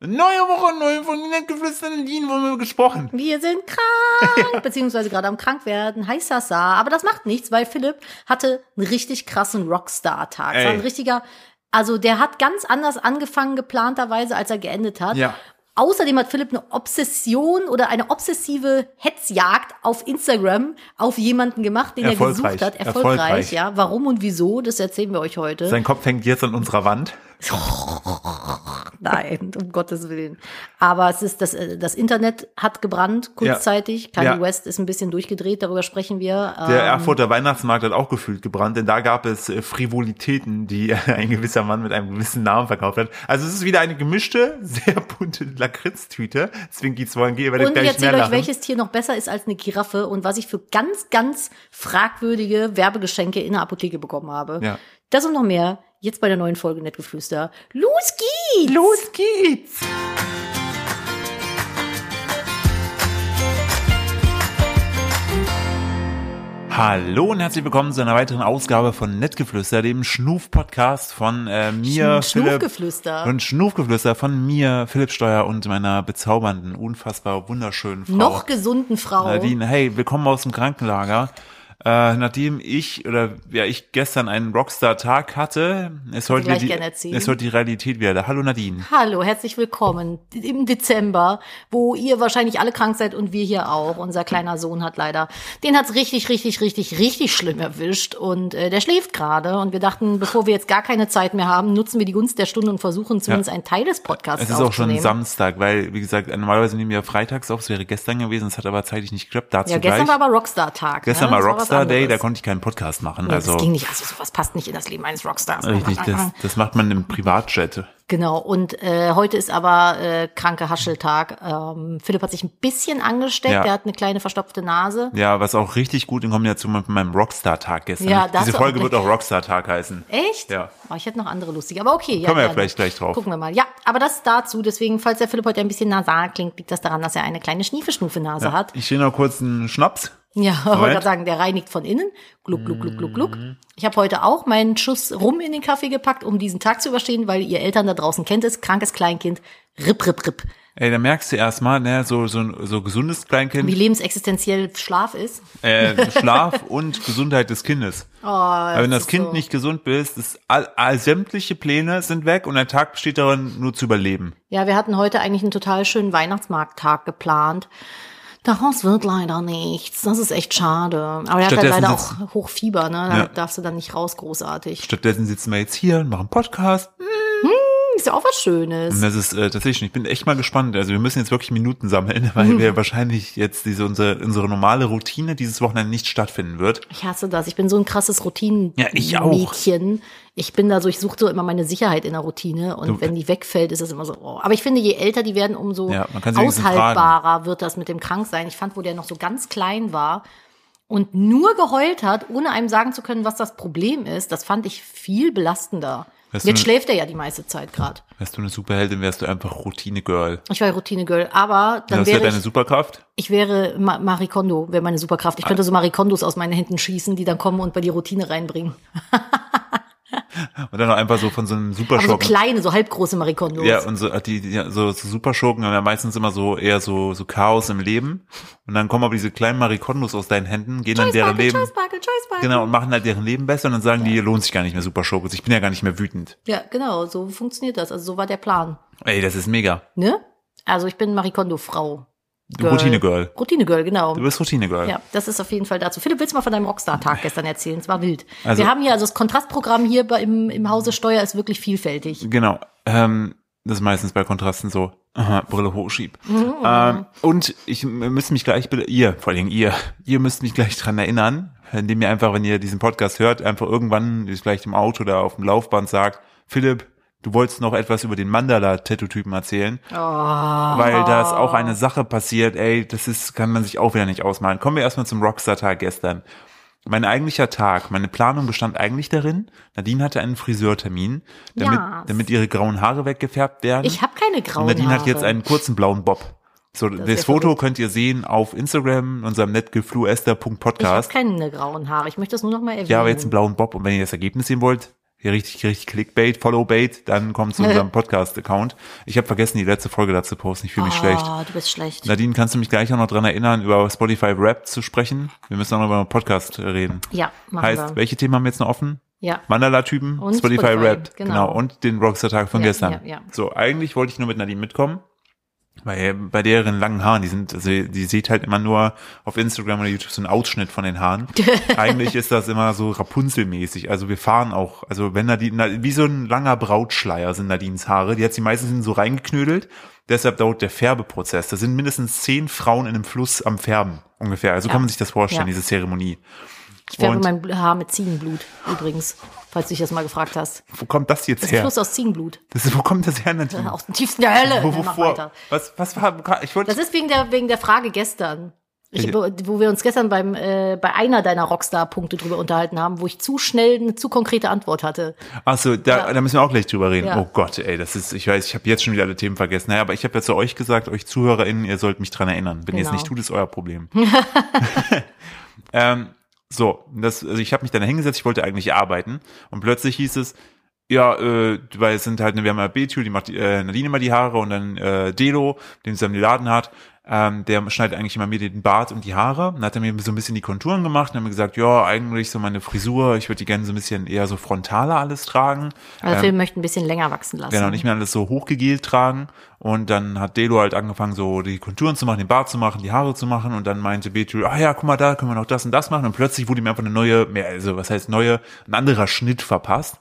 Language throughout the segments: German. Neue Woche, neue von Geflüsterten Dien, wo wir gesprochen. Wir sind krank, beziehungsweise gerade am krank werden. Hi Sasa. Aber das macht nichts, weil Philipp hatte einen richtig krassen Rockstar-Tag. Es war Ey. Ein richtiger, also der hat ganz anders angefangen geplanterweise, als er geendet hat. Ja. Außerdem hat Philipp eine Obsession oder eine obsessive Hetzjagd auf Instagram auf jemanden gemacht, den er Erfolgreich. gesucht hat. Erfolgreich, Erfolgreich. ja. Warum und wieso, das erzählen wir euch heute. Sein Kopf hängt jetzt an unserer Wand. Nein, um Gottes Willen. Aber es ist das, äh, das Internet hat gebrannt kurzzeitig. Kanye Ja. West ist ein bisschen durchgedreht, darüber sprechen wir. Der Ähm, Erfurter Weihnachtsmarkt hat auch gefühlt gebrannt, denn da gab es äh, Frivolitäten, die ein gewisser Mann mit einem gewissen Namen verkauft hat. Also es ist wieder eine gemischte, sehr bunte Lakritztüte. Zwinky Zwangy, ihr werdet und gleich ne? ich mehr erzähle euch, lachen. welches Tier noch besser ist als eine Giraffe und was ich für ganz, ganz fragwürdige Werbegeschenke in der Apotheke bekommen habe. Ja. Das und noch mehr jetzt bei der neuen Folge Nettgeflüster. Los geht's! Los geht's! Hallo und herzlich willkommen zu einer weiteren Ausgabe von Nettgeflüster, dem Schnuf-Podcast von äh, mir, Schn- Philipp- Schnufgeflüster. Und Schnufgeflüster von mir, Philipp Steuer und meiner bezaubernden, unfassbar wunderschönen Frau. Noch genau. gesunden Frau. Nadine, hey, willkommen aus dem Krankenlager. Äh, nachdem ich oder ja ich gestern einen Rockstar-Tag hatte, ist heute, gleich die, gerne erzählen. ist heute die Realität wieder da. Hallo Nadine. Hallo, herzlich willkommen im Dezember, wo ihr wahrscheinlich alle krank seid und wir hier auch. Unser kleiner Sohn hat leider, den hat's richtig, richtig, richtig, richtig schlimm erwischt und äh, der schläft gerade. Und wir dachten, bevor wir jetzt gar keine Zeit mehr haben, nutzen wir die Gunst der Stunde und versuchen zumindest einen Teil des Podcasts Es ist auch schon aufzunehmen. Samstag, weil, wie gesagt, normalerweise nehmen wir freitags auf, es wäre gestern gewesen, es hat aber zeitlich nicht geklappt. Dazu ja, gestern gleich. war aber Rockstar-Tag. gestern ne? war Das was Rockstar Day, da anderes. konnte ich keinen Podcast machen. Nee, also das ging nicht, also sowas passt nicht in das Leben eines Rockstars. richtig, das, das macht man im Privatjet. Genau, und äh, heute ist aber äh, kranke Hascheltag. Ähm, Philipp hat sich ein bisschen angesteckt, Ja. er hat eine kleine verstopfte Nase. Ja, was auch richtig gut in Kombination mit meinem Rockstar-Tag gestern. Ja, ist. da hast Diese du auch Folge recht. wird auch Rockstar-Tag heißen. Echt? Ja. Oh, ich hätte noch andere lustige, aber okay. Ja, Kommen wir ja gerne. vielleicht gleich drauf. Gucken wir mal. Ja, aber das dazu. Deswegen, falls der Philipp heute ein bisschen nasal klingt, liegt das daran, dass er eine kleine Schniefestufe-Nase hat. Ich stehe noch kurz einen Schnaps. Ja, wollte gerade sagen, der reinigt von innen. Gluck, gluck, gluck, gluck, gluck. Ich habe heute auch meinen Schuss rum in den Kaffee gepackt, um diesen Tag zu überstehen, weil ihr Eltern da draußen kennt es, krankes Kleinkind, rip, rip, rip. Ey, da merkst du erstmal, ne, so, so, ein- so gesundes Kleinkind, Wie lebensexistenziell Schlaf ist. äh, Schlaf und Gesundheit des Kindes. Oh, Weil wenn das ist Kind so. nicht gesund ist, ist all, all, sämtliche Pläne sind weg und der Tag besteht darin, nur zu überleben. Ja, wir hatten heute eigentlich einen total schönen Weihnachtsmarkttag geplant. Daraus wird leider nichts. Das ist echt schade. Aber er hat halt Stattdessen leider sitzt- auch Hochfieber, ne? Da Ja. darfst du dann nicht raus, großartig. Stattdessen sitzen wir jetzt hier und machen Podcast. Ist ja auch was Und Schönes. das ist äh, tatsächlich, ich bin echt mal gespannt. Also wir müssen jetzt wirklich Minuten sammeln, weil wir wahrscheinlich jetzt diese unsere, unsere normale Routine dieses Wochenende nicht stattfinden wird. Ich hasse das. Ich bin so ein krasses Ja, ich auch. Routinen-Mädchen. ich bin da so, ich suche so immer meine Sicherheit in der Routine. Und wenn die wegfällt, ist das immer so, oh. Aber ich finde, je älter die werden, umso äh Ja, man kann sie wenigstens aushaltbarer wird das mit dem Kranksein. Ich fand, wo der noch so ganz klein war und nur geheult hat, ohne einem sagen zu können, was das Problem ist, das fand ich viel belastender. Weißt du, Jetzt ne- schläft er ja die meiste Zeit gerade. Wärst du eine Superheldin, wärst du einfach Routine-Girl. Ich war ja Routine-Girl, aber Das dann ist ja wäre ich, deine Superkraft. ich wäre Ma Marie Kondo, wäre meine Superkraft. Ich könnte Ah. so Marie Kondos aus meinen Händen schießen, die dann kommen und bei die Routine reinbringen. Und dann auch einfach so von so einem Aber Also so Superschurken. kleine, so halbgroße Marie Kondos. Ja, und so, äh, die, die, so, so Superschurken haben ja meistens immer so eher so, so Chaos im Leben. Und dann kommen aber diese kleinen Marikondos aus deinen Händen, gehen dann deren Leben. Choice-Buckle, Choice-Buckle. Genau, und machen halt deren Leben besser und dann sagen die, lohnt sich gar nicht mehr Superschurken. Also Ich bin ja gar nicht mehr wütend. Ja, genau, so funktioniert das. Also so war der Plan. Ey, das ist mega. Ne? Also ich bin Marie Kondo-Frau. Girl. Routine-Girl. Routine-Girl, genau. Du bist Routine-Girl. Ja, das ist auf jeden Fall dazu. Philipp, willst du mal von deinem Rockstar-Tag gestern erzählen? Es war wild. Also- wir haben hier, also das Kontrastprogramm hier bei, im, im Hause Steuer ist wirklich vielfältig. Genau. Ähm, das ist meistens bei Kontrasten so. Aha, Brille hochschieb. Ähm, und ich m- müsst mich gleich, be- ihr, vor allem ihr, ihr müsst mich gleich dran erinnern, indem ihr einfach, wenn ihr diesen Podcast hört, einfach irgendwann, vielleicht im Auto oder auf dem Laufband sagt, Philipp, du wolltest noch etwas über den Mandala-Tattoo-Typen erzählen, weil da ist auch Ah. eine Sache passiert, ey, das ist, kann man sich auch wieder nicht ausmalen. Kommen wir erstmal zum Rockstar-Tag gestern. Mein eigentlicher Tag, meine Planung bestand eigentlich darin, Nadine hatte einen Friseurtermin, damit, Yes. damit ihre grauen Haare weggefärbt werden. Ich habe keine grauen Und Nadine Haare. hat jetzt einen kurzen blauen Bob. So, das, ja Foto könnt ihr sehen auf Instagram, unserem ich habe netgefluester.podcast. keine grauen Haare. Ich möchte das nur noch mal erwähnen. Ja, aber jetzt einen blauen Bob. Und wenn ihr das Ergebnis sehen wollt, hier richtig, richtig Clickbait, Followbait, dann kommt zu unserem Podcast-Account. Ich habe vergessen, die letzte Folge dazu posten. Ich fühle mich schlecht. Ah, du bist schlecht. Nadine, kannst du mich gleich auch noch dran erinnern, über Spotify Rap zu sprechen? Wir müssen auch noch über einen Podcast reden. Ja, machen heißt, wir. welche Themen haben wir jetzt noch offen? Ja. Mandala-Typen, Und Spotify, Spotify, Rap, genau. genau. Und den Rockstar-Tag von Ja, gestern. ja, ja. So, eigentlich wollte ich nur mit Nadine mitkommen. Weil bei deren langen Haaren, die sind, also die sieht halt immer nur auf Instagram oder YouTube so einen Ausschnitt von den Haaren. Eigentlich ist das immer so Rapunzelmäßig. Also wir fahren auch, also wenn Nadine, na- wie so ein langer Brautschleier sind Nadines Haare. Die hat sie meistens so reingeknödelt. Deshalb dauert der Färbeprozess. Da sind mindestens zehn Frauen in einem Fluss am Färben ungefähr. Also kann man sich das vorstellen, Ja. diese Zeremonie. Ich färbe Und- mein Bl- Haar mit Ziegenblut übrigens, falls du dich das mal gefragt hast. Wo kommt das jetzt Das ist her? Fluss aus Ziegenblut. Das ist, wo kommt das her, Nadine? Aus Äh, dem tiefsten der Hm. Hölle. Wo, Ja, wo, mach vor, weiter. was, was war, ich wollte, Das ist wegen der, wegen der Frage gestern. Ich, Ich- wo wo wir uns gestern beim, äh, bei einer deiner Rockstar-Punkte drüber unterhalten haben, wo ich zu schnell eine zu konkrete Antwort hatte. achso, da, Ja. da müssen wir auch gleich drüber reden. Ja. Oh Gott, ey, das ist, ich weiß, ich habe jetzt schon wieder alle Themen vergessen. Naja, aber ich habe ja zu euch gesagt, euch ZuhörerInnen, ihr sollt mich dran erinnern. Wenn ihr es Genau. nicht tut, ist euer Problem. ähm, so, das, also ich habe mich dann hingesetzt, ich wollte eigentlich arbeiten und plötzlich hieß es, ja, äh, weil es sind halt, wir haben ja Betül, die macht äh, Nadine immer die Haare und dann äh, Delo, den sie am Laden hat, ähm, der schneidet eigentlich immer mir den Bart und die Haare. Dann hat er mir so ein bisschen die Konturen gemacht und hat mir gesagt, ja, eigentlich so meine Frisur, ich würde die gerne so ein bisschen eher so frontaler alles tragen. Aber der Film möchte ein bisschen länger wachsen lassen. Ähm, Genau, nicht mehr alles so hochgegelt tragen. Und dann hat Delo halt angefangen, so die Konturen zu machen, den Bart zu machen, die Haare zu machen. Und dann meinte Betül, ah ja, guck mal, da können wir noch das und das machen. Und plötzlich wurde ihm einfach eine neue, mehr, also was heißt neue, ein anderer Schnitt verpasst,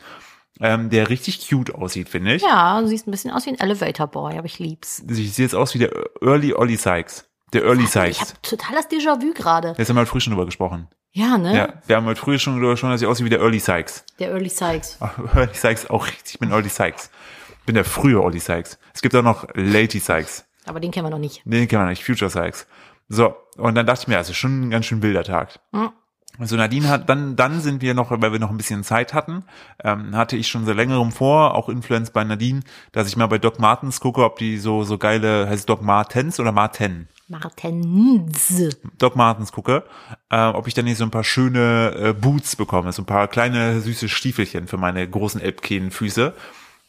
ähm, der richtig cute aussieht, finde ich. Ja, du siehst ein bisschen aus wie ein Elevator Boy, aber ich lieb's. Ich sehe jetzt aus wie der Early Ollie Sykes. Der Early Ich Sykes. habe total das Déjà-vu gerade. Jetzt haben wir heute früh schon drüber gesprochen. Ja, ne? Ja, wir haben heute früh schon drüber gesprochen, dass ich aussehe wie der Early Sykes. Der Early Sykes. Early Sykes auch richtig. Ich bin Early Sykes. Ich bin der frühe Ollie Sykes. Es gibt auch noch Lady Sykes. Aber den kennen wir noch nicht. Nee, den kann man nicht. Future Sykes. So, und dann dachte ich mir, also schon ein ganz schön wilder Tag. Also Nadine hat, dann, dann sind wir noch, weil wir noch ein bisschen Zeit hatten, ähm, hatte ich schon seit längerem vor, auch Influence bei Nadine, dass ich mal bei Doc Martens gucke, ob die so, so geile, heißt Doc Martens oder Marten? Martens. Doc Martens gucke, äh, ob ich dann nicht so ein paar schöne äh, Boots bekomme, so ein paar kleine süße Stiefelchen für meine großen Elbkähnenfüße.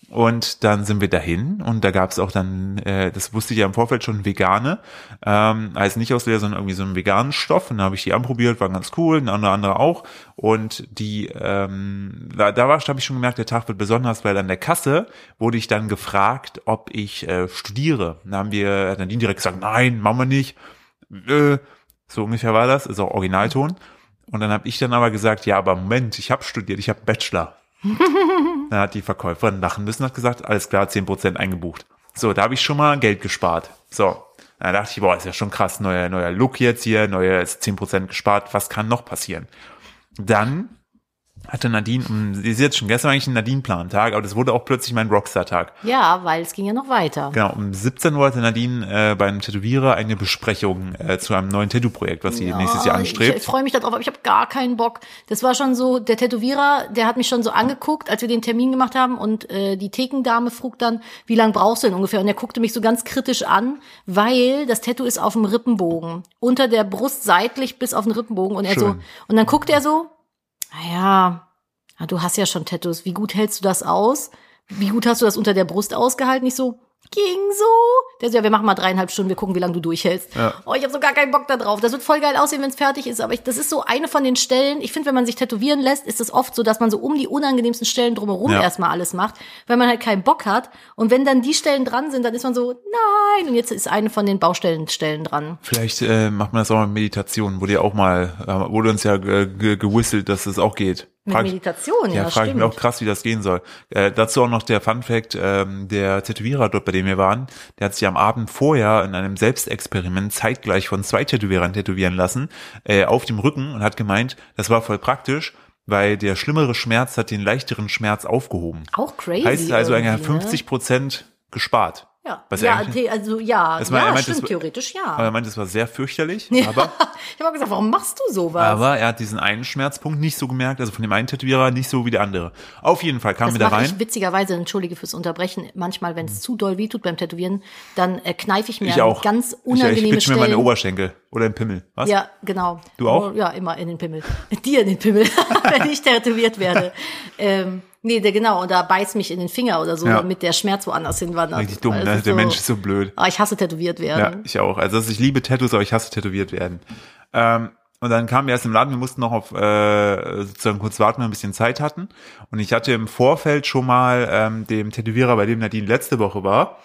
Und dann sind wir dahin und da gab es auch dann, äh, das wusste ich ja im Vorfeld schon, vegane, ähm, also nicht aus Leder, sondern irgendwie so einen veganen Stoff. Und dann habe ich die anprobiert, waren ganz cool, ein anderer andere auch. Und die, ähm, da, da war, habe ich schon gemerkt, der Tag wird besonders, weil an der Kasse wurde ich dann gefragt, ob ich äh, studiere. Dann haben wir, hat Nadine direkt gesagt, nein, machen wir nicht äh, so ungefähr war das, ist auch Originalton. Und dann habe ich dann aber gesagt, ja, aber Moment, ich habe studiert, ich habe Bachelor. dann hat die Verkäuferin lachen müssen, hat gesagt, alles klar, 10% eingebucht. So, da habe ich schon mal Geld gespart. So, dann dachte ich, boah, ist ja schon krass, neuer, neuer Look jetzt hier, neuer ist 10% gespart, was kann noch passieren? Dann hatte Nadine, um, sie ist jetzt schon gestern eigentlich ein Nadine-Plan-Tag, aber das wurde auch plötzlich mein Rockstar-Tag. Ja, weil es ging ja noch weiter. Genau, um 17 Uhr hatte Nadine äh, beim Tätowierer eine Besprechung äh, zu einem neuen Tattoo-Projekt, was sie nächstes Jahr Ah, Ich, anstrebt. ich freue mich darauf, aber ich habe gar keinen Bock. Das war schon so, der Tätowierer, der hat mich schon so angeguckt, als wir den Termin gemacht haben und äh, die Thekendame frug dann, wie lange brauchst du denn ungefähr? Und er guckte mich so ganz kritisch an, weil das Tattoo ist auf dem Rippenbogen, unter der Brust seitlich bis auf den Rippenbogen und er so Schön. und dann guckte er so, "Ah ja, ah, du hast ja schon Tattoos, wie gut hältst du das aus? Wie gut hast du das unter der Brust ausgehalten? Ich so ging so. Der so, ja, wir machen mal dreieinhalb Stunden, wir gucken, wie lange du durchhältst. Ja. Oh, ich habe so gar keinen Bock da drauf. Das wird voll geil aussehen, wenn es fertig ist. Aber ich, das ist so eine von den Stellen. Ich finde, wenn man sich tätowieren lässt, ist es oft so, dass man so um die unangenehmsten Stellen drumherum Ja. erstmal alles macht, weil man halt keinen Bock hat. Und wenn dann die Stellen dran sind, dann ist man so, nein. Und jetzt ist eine von den Baustellen Stellen dran. Vielleicht äh, macht man das auch mal mit Meditation, wurde ja auch mal, äh, wurde uns ja ge- ge- gewistelt, dass das auch geht. Mit Frag ich- Meditation, ja, Ja, frage ich stimmt. mich auch krass, wie das gehen soll. Äh, dazu auch noch der Fun Fact, ähm, der Tätowierer dort, bei dem wir waren, der hat sich am Abend vorher in einem Selbstexperiment zeitgleich von zwei Tätowierern tätowieren lassen, äh, auf dem Rücken und hat gemeint, das war voll praktisch, weil der schlimmere Schmerz hat den leichteren Schmerz aufgehoben. Auch crazy. Heißt also, er hat irgendwie, ne? 50 Prozent gespart. Ja, Was ja eigentlich- the- also ja, Das war- er ja meinte, stimmt, das- theoretisch Aber ja. er meinte, es war sehr fürchterlich, aber ich habe auch gesagt, warum machst du sowas? Aber er hat diesen einen Schmerzpunkt nicht so gemerkt, also von dem einen Tätowierer nicht so wie der andere. Auf jeden Fall kamen das wir da mache rein. Mhm. ich witzigerweise, entschuldige fürs Unterbrechen, manchmal, wenn es zu doll wehtut beim Tätowieren, dann äh, kneife ich mir Ich auch. ganz ich, ich unangenehme pitch mir Stellen. meine Oberschenkel oder den Pimmel. Was? Ja, genau. Du auch? Ja, immer in den Pimmel. Dir in den Pimmel, wenn ich tätowiert werde. ähm, Nee, der, genau, oder beißt mich in den Finger oder so, Ja. damit der Schmerz woanders hinwandert. Richtig dumm, Weil es ne? ist Der Mensch ist so blöd. Ah, ich hasse tätowiert Ja, werden. ich auch. Also ich liebe Tattoos, aber ich hasse tätowiert werden. Ähm, und dann kamen wir erst im Laden, wir mussten noch auf äh, sozusagen kurz warten, weil wir ein bisschen Zeit hatten. Und ich hatte im Vorfeld schon mal ähm, dem Tätowierer, bei dem Nadine letzte Woche war,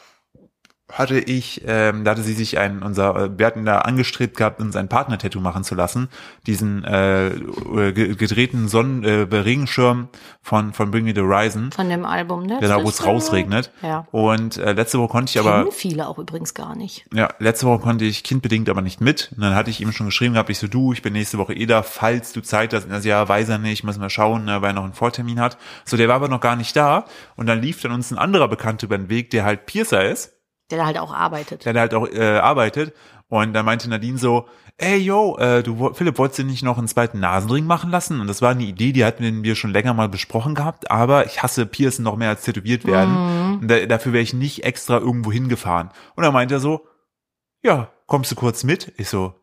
hatte ich, ähm, da hatte sie sich ein, unser, äh, wir hatten da angestrebt gehabt, uns ein Partner-Tattoo machen zu lassen, diesen äh, äh, ge- gedrehten Sonnen äh, Regenschirm von von Bring Me the Horizon, Von dem Album, ne? der da wo es Das ist, Genau, rausregnet. Ja. Und äh, letzte Woche konnte ich äh, aber Kennen viele auch übrigens gar nicht. ja, letzte Woche konnte ich kindbedingt aber nicht mit. Und dann hatte ich ihm schon geschrieben gehabt, ich so, du, ich bin nächste Woche eh da, falls du Zeit hast. Und er so, ja, weiß er nicht, müssen wir schauen, ne, weil er noch einen Vortermin hat. So, der war aber noch gar nicht da. Und dann lief dann uns ein anderer Bekannter über den Weg, der halt Piercer ist, Der da halt auch arbeitet. der da halt auch äh, arbeitet. Und dann meinte Nadine so, ey, yo, äh, du, wo- Philipp, wolltest du nicht noch einen zweiten Nasenring machen lassen? Und das war eine Idee, die hatten wir schon länger mal besprochen gehabt. Aber ich hasse Piercen noch mehr als tätowiert Mhm. werden. Und da, dafür wäre ich nicht extra irgendwo hingefahren. Und dann meinte er so, ja, kommst du kurz mit? Ich so,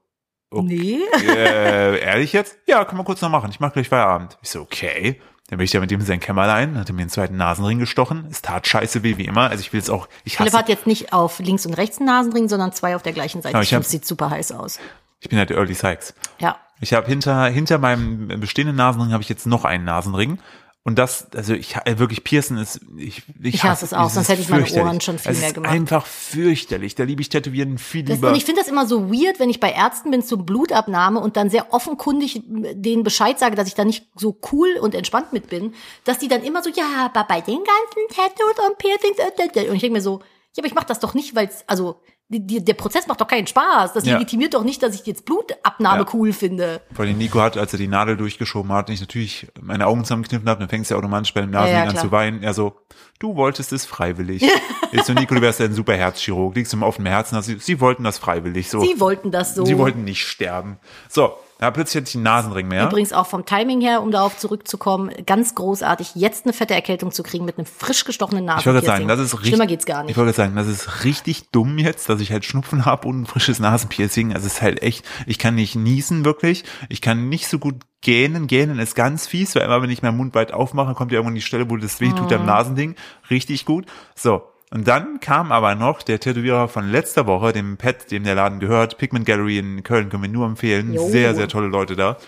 Nee. äh, ehrlich jetzt? Ja, kann man kurz noch machen. Ich mach gleich Feierabend. Ich so, okay. Dann bin ich da mit ihm in sein Kämmerlein, hat er mir den zweiten Nasenring gestochen. Es tat scheiße weh, wie immer. Also ich will jetzt auch, ich Philipp hasse, hat jetzt nicht auf links und rechts einen Nasenring, sondern zwei auf der gleichen Seite. Aber ich hab- Stimmt, sieht super heiß aus. ich bin halt Early Sykes. Ja. Ich habe hinter, hinter meinem bestehenden Nasenring habe ich jetzt noch einen Nasenring. Und das, also ich äh, wirklich Piercen ist, ich, ich, Ich hasse es auch, es sonst ist hätte ich meine fürchterlich. Ohren schon viel es mehr ist gemacht. Einfach fürchterlich. Da liebe ich Tätowieren viel Das, lieber. und ich finde das immer so weird, wenn ich bei Ärzten bin zur Blutabnahme und dann sehr offenkundig denen Bescheid sage, dass ich da nicht so cool und entspannt mit bin, dass die dann immer so, ja, aber bei den ganzen Tattoos und Piercings äh, äh, äh. und ich denke mir so, ja, aber ich mache das doch nicht, weil also die, die, der Prozess macht doch keinen Spaß. Das Ja. legitimiert doch nicht, dass ich jetzt Blutabnahme Ja. cool finde. Vor allem Nico hat, als er die Nadel durchgeschoben hat, ich natürlich meine Augen zusammengekniffen habe, dann fängst du ja automatisch bei dem Nasenring Ja, ja, an klar. zu weinen. Er so, du wolltest es freiwillig. ich so, Nico, du wärst ja ein super Herzchirurg, liegst im offenen Herzen. Also, sie- sie wollten das freiwillig. So. Sie wollten das so. Sie wollten nicht sterben. So, da plötzlich hatte ich einen Nasenring mehr. Übrigens auch vom Timing her, um darauf zurückzukommen, ganz großartig, jetzt eine fette Erkältung zu kriegen mit einem frisch gestochenen Nasen. Ich wollte gerade sagen, das ist richtig. Schlimmer geht's gar Ich nicht. wollte gerade sagen, das ist richtig dumm jetzt, dass ich halt Schnupfen habe und ein frisches Nasenpiercing. Also es ist halt echt, ich kann nicht niesen wirklich. Ich kann nicht so gut gähnen. Gähnen ist ganz fies, weil immer wenn ich meinen Mund weit aufmache, kommt ja irgendwann die Stelle, wo das weh Ah. tut am Nasending. Richtig gut. So. Und dann kam aber noch der Tätowierer von letzter Woche, dem Pet, dem der Laden gehört, Pigment Gallery in Köln, können wir nur empfehlen. Jo. Sehr, sehr tolle Leute da.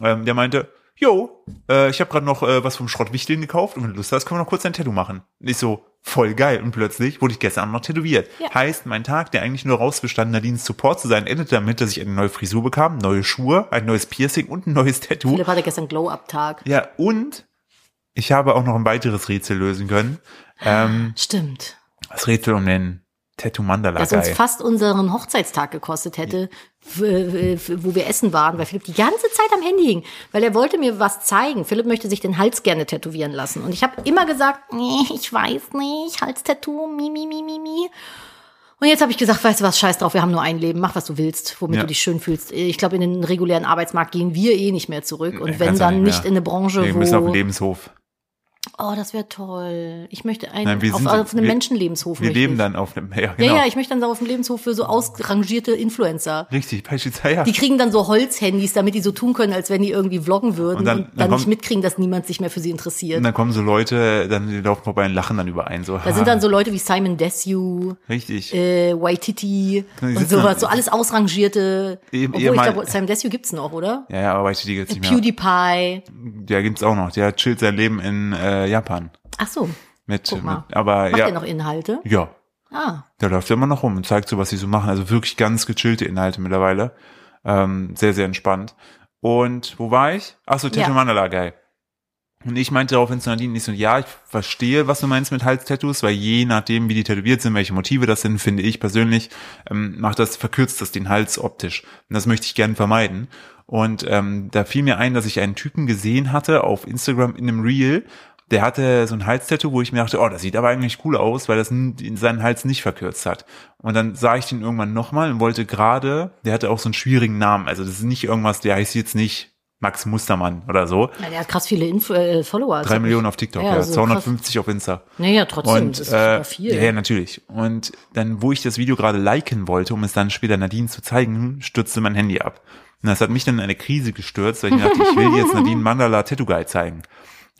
Ähm, der meinte, jo, äh, ich habe gerade noch äh, was vom Schrottwichteln gekauft und wenn du Lust hast, können wir noch kurz ein Tattoo machen. Und ich so, voll geil. Und plötzlich wurde ich gestern Abend noch tätowiert. Ja. Heißt, mein Tag, der eigentlich nur rausbestand, Nadines Support zu sein, endete damit, dass ich eine neue Frisur bekam, neue Schuhe, ein neues Piercing und ein neues Tattoo. Philipp hatte gestern Glow-Up-Tag. Ja, und ich habe auch noch ein weiteres Rätsel lösen können. Ähm, Stimmt. das Rätsel um den Tattoo Mandala Das uns Guy. fast unseren Hochzeitstag gekostet hätte, w- w- wo wir essen waren, weil Philipp die ganze Zeit am Handy hing, weil er wollte mir was zeigen. Philipp möchte sich den Hals gerne tätowieren lassen. Und ich habe immer gesagt, nee, ich weiß nicht, Halstattoo, mi, mi, mi, mi, mi. Und jetzt habe ich gesagt, weißt du was, scheiß drauf, wir haben nur ein Leben, mach was du willst, womit Ja. du dich schön fühlst. Ich glaube, in den regulären Arbeitsmarkt gehen wir eh nicht mehr zurück. Und Nee, wenn kannst du dann nicht nicht, mehr. in eine Branche, Wir müssen auf den wo. Lebenshof. Oh, das wäre toll. Ich möchte einen, Nein, wir auf, sind- auf einem wir- Menschenlebenshof Wir möchte leben ich. dann auf dem, ja, Ja, genau. ja, ich möchte dann so auf dem Lebenshof für so ausrangierte Influencer. Richtig, beispielsweise, ja. Die kriegen dann so Holzhandys, damit die so tun können, als wenn die irgendwie vloggen würden und Und dann, dann- dann nicht kommt- mitkriegen, dass niemand sich mehr für sie Und interessiert. dann kommen so Leute, dann die laufen vorbei und lachen dann über einen. So, Da sind dann so Leute wie Simon Desue, Richtig. äh, Waititi Genau, Die und sitzen sowas, dann- so alles ausrangierte. Eben obwohl ich ehemal- glaube, Simon Desue gibt's noch, oder? ja, ja, aber weißt du, die jetzt nicht mehr. PewDiePie. Der gibt's auch noch. Der chillt sein Leben in äh, Japan. Ach so, Mit, Guck mal. mit aber macht ja. er noch Inhalte? Ja. Ah, Der läuft immer noch rum und zeigt so, was sie so machen. Also wirklich ganz gechillte Inhalte mittlerweile. Ähm, sehr, sehr entspannt. Und wo war ich? Ach so, Tattoo Ja. Mandala Guy. Und ich meinte daraufhin zu Nadine, ich so, ja, ich verstehe, was du meinst mit Halstattoos, weil je nachdem, wie die tätowiert sind, welche Motive das sind, finde ich persönlich, ähm, macht das, verkürzt das den Hals optisch. Und das möchte ich gerne vermeiden. Und ähm, da fiel mir ein, dass ich einen Typen gesehen hatte auf Instagram in einem Reel, der hatte so ein Halstattoo, wo ich mir dachte, oh, das sieht aber eigentlich cool aus, weil das n- seinen Hals nicht verkürzt hat. Und dann sah ich den irgendwann nochmal und wollte gerade, der hatte auch so einen schwierigen Namen. Also das ist nicht irgendwas, der heißt jetzt nicht Max Mustermann oder so. na, der hat krass viele Influ äh, Follower. Drei Millionen auf TikTok, Ja, ja, also 250 auf Insta. Naja, trotzdem, Und das ist äh, super viel. Ja, ja, natürlich. Und dann, wo ich das Video gerade liken wollte, um es dann später Nadine zu zeigen, stürzte mein Handy ab. Und das hat mich dann in eine Krise gestürzt, weil ich mir dachte, ich will jetzt Nadine Mandala Tattoo Guy zeigen.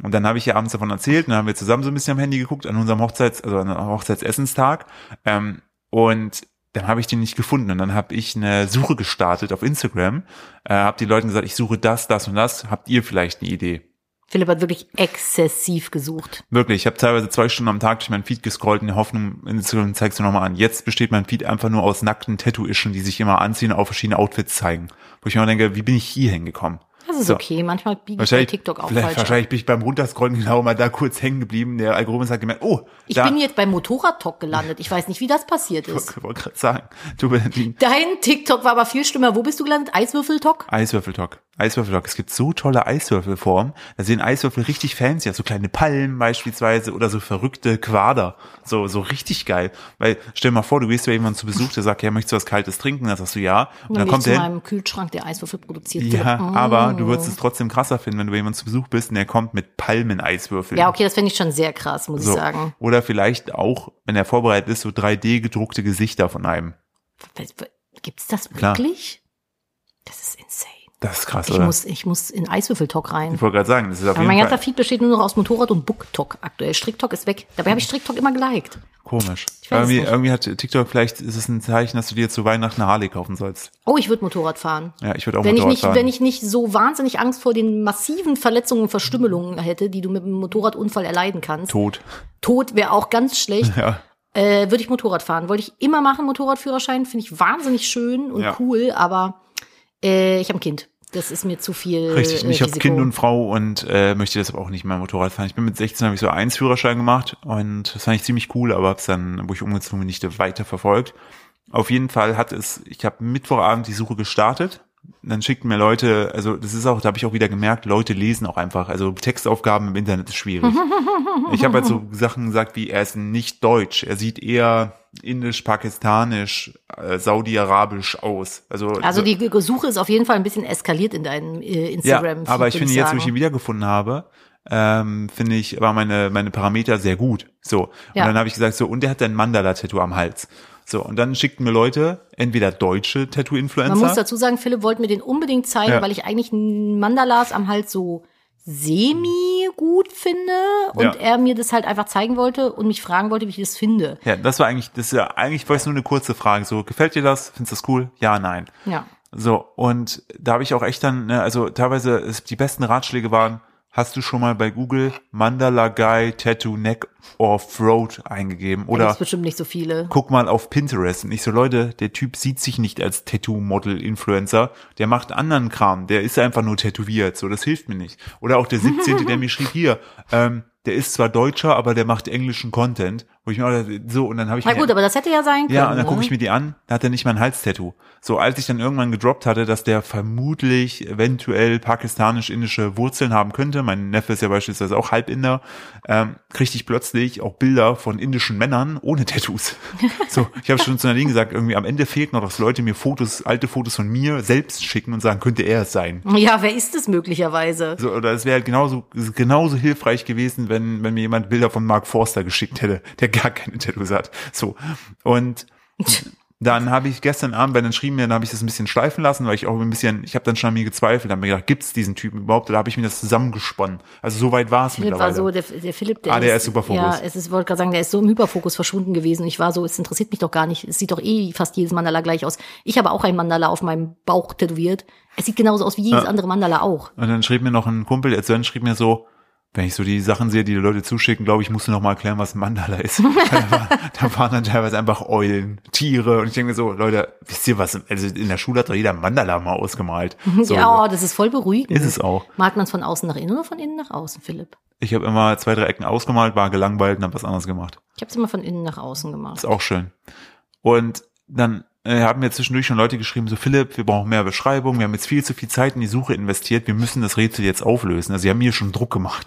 Und dann habe ich ihr abends davon erzählt, und dann haben wir zusammen so ein bisschen am Handy geguckt an unserem Hochzeits, also an unserem Hochzeitsessenstag. Ähm, und dann habe ich den nicht gefunden und dann habe ich eine Suche gestartet auf Instagram, äh, habe die Leuten gesagt, ich suche das, das und das, habt ihr vielleicht eine Idee? Philipp hat wirklich exzessiv gesucht. Wirklich, ich habe teilweise zwei Stunden am Tag durch meinen Feed gescrollt in der Hoffnung, Instagram zeigst du nochmal an. Jetzt besteht mein Feed einfach nur aus nackten Tattoo-Ischen, die sich immer anziehen und auf verschiedene Outfits zeigen. Wo ich mir immer denke, wie bin ich hier hingekommen? Das ist So. okay. Manchmal biege ich Hm, bei Wahrscheinlich, TikTok auch vielleicht, falsch. ab. wahrscheinlich bin ich beim Runterscrollen genau mal da kurz hängen geblieben. Der Algorithmus hat gemerkt, oh, Ich da, bin jetzt beim Motorrad-Talk gelandet. Ich weiß nicht, wie das passiert ist. ich wollte gerade sagen, du bist die Dein TikTok war aber viel schlimmer. Wo bist du gelandet? Eiswürfel-Talk? Eiswürfeltalk. Eiswürfeltalk. Es gibt so tolle Eiswürfelformen. Da sehen Eiswürfel richtig fancy aus. So kleine Palmen beispielsweise oder so verrückte Quader. So, so richtig geil. Weil, stell dir mal vor, du gehst bei jemandem zu Besuch, der sagt, ja, möchtest du was Kaltes trinken? Dann sagst du ja. Und dann Dann bin ich kommt zu der hin. meinem Kühlschrank, der Eiswürfel produziert. Ja, wird. Mm. aber du würdest es trotzdem krasser finden, wenn du bei jemandem zu Besuch bist und der kommt mit Palmen-Eiswürfeln. Ja, okay, das finde ich schon sehr krass, muss ich so. sagen. Oder vielleicht auch, wenn er vorbereitet ist, so 3D gedruckte Gesichter von einem. Gibt's das Klar. wirklich? Das ist insane. Das ist krass, Ich oder? muss, ich muss in Eiswürfel-Talk rein. ich wollte gerade sagen, das ist auf Aber mein jeden ganzer Fall Feed besteht nur noch aus Motorrad und Book-Talk aktuell. Strick-Talk ist weg. Dabei habe ich Strick-Talk immer geliked. komisch. Ich weiß es Irgendwie, nicht. irgendwie hat TikTok, vielleicht ist es ein Zeichen, dass du dir zu Weihnachten eine Harley kaufen sollst. Oh, ich würde Motorrad fahren. Ja, ich würde auch Wenn ich, um Motorrad nicht, fahren. wenn ich nicht so wahnsinnig Angst vor den massiven Verletzungen und Verstümmelungen hätte, die du mit einem Motorradunfall erleiden kannst. Tot. Tod wäre auch ganz schlecht. Ja. Äh, würde ich Motorrad fahren. Wollte ich immer machen, Motorradführerschein. Finde ich wahnsinnig schön und Ja. cool, aber äh, ich habe ein Kind. Das ist mir zu viel. Richtig, äh, und ich habe Risiko. Kind und Frau und äh, möchte deshalb auch nicht mehr Motorrad fahren. Ich bin mit 16, habe ich so eins Führerschein gemacht und das fand ich ziemlich cool, aber hab's dann, wo ich umgezogen bin, nicht weiter verfolgt. Auf jeden Fall hat es, ich habe Mittwochabend die Suche gestartet. Dann schickten mir Leute, also das ist auch, da habe ich auch wieder gemerkt, Leute lesen auch einfach. Also Textaufgaben im Internet ist schwierig. Ich habe halt so Sachen gesagt wie, er ist nicht deutsch, er sieht eher indisch, pakistanisch, äh, saudi-arabisch aus. Also, Also so- die Suche ist auf jeden Fall ein bisschen eskaliert in deinem äh, ja, Instagram. aber ich finde jetzt, wo ich ihn wiedergefunden habe, ähm, finde ich, war meine, meine Parameter sehr gut. So. Und Ja. dann habe ich gesagt, so, und der hat ein Mandala-Tattoo am Hals. So, und dann schickten mir Leute, entweder deutsche Man muss Tattoo-Influencer. dazu sagen, Philipp wollte mir den unbedingt zeigen, Ja. weil ich eigentlich Mandalas am Hals so semi gut finde und Ja. er mir das halt einfach zeigen wollte und mich fragen wollte, wie ich das finde. Ja, das war eigentlich, das ist ja eigentlich war es nur eine kurze Frage. So, gefällt dir das? Findest du das cool? Ja, nein. Ja. So, und da habe ich auch echt dann, ne, also teilweise ist, die besten Ratschläge waren, hast du schon mal bei Google Mandala Guy Tattoo Neck Off-Road eingegeben? Da Oder gibt's bestimmt nicht so viele. guck mal auf Pinterest. Und ich so, Leute, der Typ sieht sich nicht als Tattoo-Model-Influencer. Der macht anderen Kram. Der ist einfach nur tätowiert. So, das hilft mir nicht. Oder auch der 17., der mir schrieb, hier, ähm, der ist zwar Deutscher, aber der macht englischen Content. Wo ich mir auch dachte, so, und dann habe ich Na mir- gut, aber das hätte ja sein können. ja, und dann ne? gucke ich mir die an, da hat er nicht mal ein Halstattoo. So, als ich dann irgendwann gedroppt hatte, dass der vermutlich eventuell pakistanisch-indische Wurzeln haben könnte, mein Neffe ist ja beispielsweise auch Halbinder, ähm, kriegte ich plötzlich auch Bilder von indischen Männern ohne Tattoos. So, ich habe schon zu Nadine gesagt, irgendwie am Ende fehlt noch, dass Leute mir Fotos, alte Fotos von mir selbst schicken und sagen, könnte er es sein. ja, wer ist es möglicherweise? So, oder es wäre halt genauso, genauso hilfreich gewesen, wenn, wenn mir jemand Bilder von Mark Forster geschickt hätte, der gar keine Tattoos hat. So. Und dann habe ich gestern Abend, weil dann schrieben mir, dann habe ich das ein bisschen schleifen lassen, weil ich auch ein bisschen, ich habe dann schon an mir gezweifelt, habe mir gedacht, gibt's diesen Typen überhaupt? Oder habe ich mir das zusammengesponnen? Also so weit war es Philipp war mittlerweile. so, der, der Philipp, der Ah, der ist Ja, Superfokus. es ist, wollte gerade sagen, der ist so im Hyperfokus verschwunden gewesen. Ich war so, es interessiert mich doch gar nicht. Es sieht doch eh fast jedes Mandala gleich aus. Ich habe auch ein Mandala auf meinem Bauch tätowiert. Es sieht genauso aus wie jedes Ja. andere Mandala auch. Und dann schrieb mir noch ein Kumpel, der Sven schrieb mir so, wenn ich so die Sachen sehe, die die Leute zuschicken, glaube ich, musst du noch mal erklären, was ein Mandala ist. da, war, da waren dann teilweise einfach Eulen, Tiere. Und ich denke mir so, Leute, wisst ihr was? Also in der Schule hat doch jeder ein Mandala mal ausgemalt. So, ja, das ist voll beruhigend. Ist es auch. Malt man es von außen nach innen oder von innen nach außen, Philipp? Ich habe immer zwei, drei Ecken ausgemalt, war gelangweilt und habe was anderes gemacht. Ich habe es immer von innen nach außen gemacht. Ist auch schön. Und dann äh, haben mir zwischendurch schon Leute geschrieben, so Philipp, wir brauchen mehr Beschreibung, wir haben jetzt viel zu viel Zeit in die Suche investiert, wir müssen das Rätsel jetzt auflösen. Also sie haben mir schon Druck gemacht.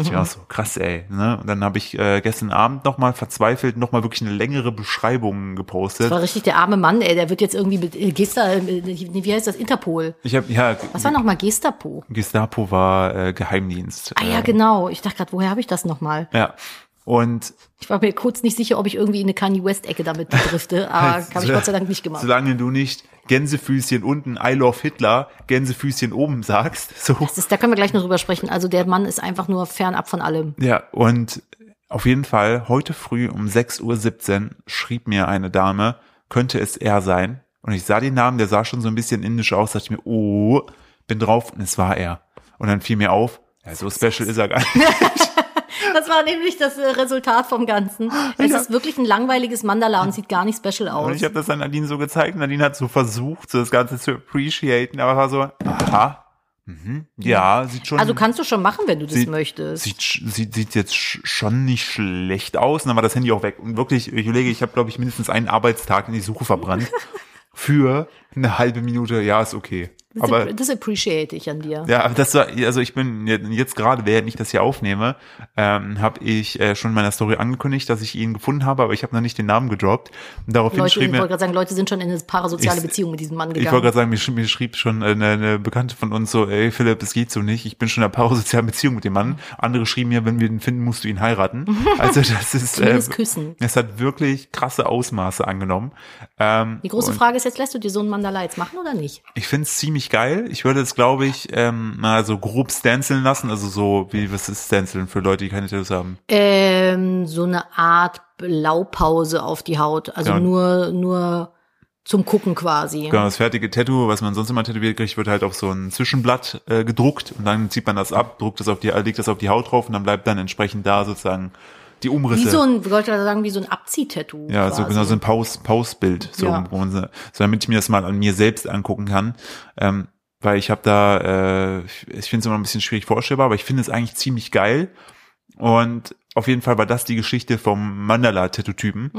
ich war so, krass, ey. Ne? Und dann habe ich äh, gestern Abend nochmal verzweifelt, nochmal wirklich eine längere Beschreibung Das war gepostet. richtig der arme Mann, ey. Der wird jetzt irgendwie mit äh, Gesta, äh, wie heißt das, Interpol. Ich habe, ja, Was war nochmal Gestapo? Gestapo war äh, Geheimdienst. Ah ja, Äh, genau. Ich dachte gerade, woher habe ich das nochmal? Ja. Und Ich war mir kurz nicht sicher, ob ich irgendwie in eine Kanye West-Ecke damit drifte, aber habe ich Gott sei Dank nicht gemacht. Solange du nicht Gänsefüßchen unten, I love Hitler, Gänsefüßchen oben sagst. So. Das ist, da können wir gleich noch drüber sprechen. Also der Mann ist einfach nur fernab von allem. Ja, und auf jeden Fall, heute früh um 6.17 Uhr schrieb mir eine Dame, könnte es er sein? Und ich sah den Namen, der sah schon so ein bisschen indisch aus, dachte ich mir, oh, bin drauf und es war er. Und dann fiel mir auf, ja, so special ist er gar nicht. Das war nämlich das äh, Resultat vom Ganzen. Es Ja. ist wirklich ein langweiliges Mandala und sieht gar nicht special Und aus. ich habe das an Nadine so gezeigt. Nadine hat so versucht, so das Ganze zu appreciaten, aber war so, aha, mhm, ja, sieht schon. Also kannst du schon machen, wenn du das Sie- möchtest. Sieht, sch- sieht, sieht jetzt sch- schon nicht schlecht aus. Und dann war das Handy auch weg. Und wirklich, ich überlege, ich habe, glaube ich, mindestens einen Arbeitstag in die Suche verbrannt. für eine halbe Minute, ja, ist okay. Das, Aber das appreciate ich an dir. ja, aber das war, also ich bin je- jetzt gerade, während ich das hier aufnehme, ähm, habe ich äh, schon in meiner Story angekündigt, dass ich ihn gefunden habe, aber ich habe noch nicht den Namen gedroppt. Und daraufhin Leute, ich schrieb wollte mir, gerade sagen, Leute sind schon in eine parasoziale Ich- Beziehung mit diesem Mann ich wollte gegangen. gerade sagen, mir, sch- mir schrieb schon eine, eine Bekannte von uns so, ey Philipp, es geht so nicht, ich bin schon in einer parasozialen Beziehung mit dem Mann. Andere schrieben mir, wenn wir ihn finden, musst du ihn heiraten. Also das ist, äh, Zumindest küssen. es hat wirklich krasse Ausmaße angenommen. Ähm, Die große und- Frage ist jetzt, lässt du dir so einen Mandala jetzt machen oder nicht? ich finde es ziemlich geil. Ich würde es, glaube ich, ähm, mal so grob stenciln lassen. Also so, wie was ist stenciln für Leute, die keine Tattoos haben? Ähm, so eine Art Blaupause auf die Haut. Also Ja. nur, nur zum Gucken quasi. Genau, das fertige Tattoo, was man sonst immer tätowiert kriegt, wird halt auf so ein Zwischenblatt äh, gedruckt und dann zieht man das ab, druckt das auf die, legt das auf die Haut drauf und dann bleibt dann entsprechend da sozusagen die Umrisse. Wie so ein, wollte ich gerade sagen, wie so ein Abziehtattoo. Ja, so quasi. genau so ein Paus, Pausbild, so, Ja. wo man, so, so damit ich mir das mal an mir selbst angucken kann. Ähm, weil ich habe da, äh, ich- ich finde es immer ein bisschen schwierig vorstellbar, aber ich finde es eigentlich ziemlich geil. Und auf jeden Fall war das die Geschichte vom Mandala-Tattoo-Typen.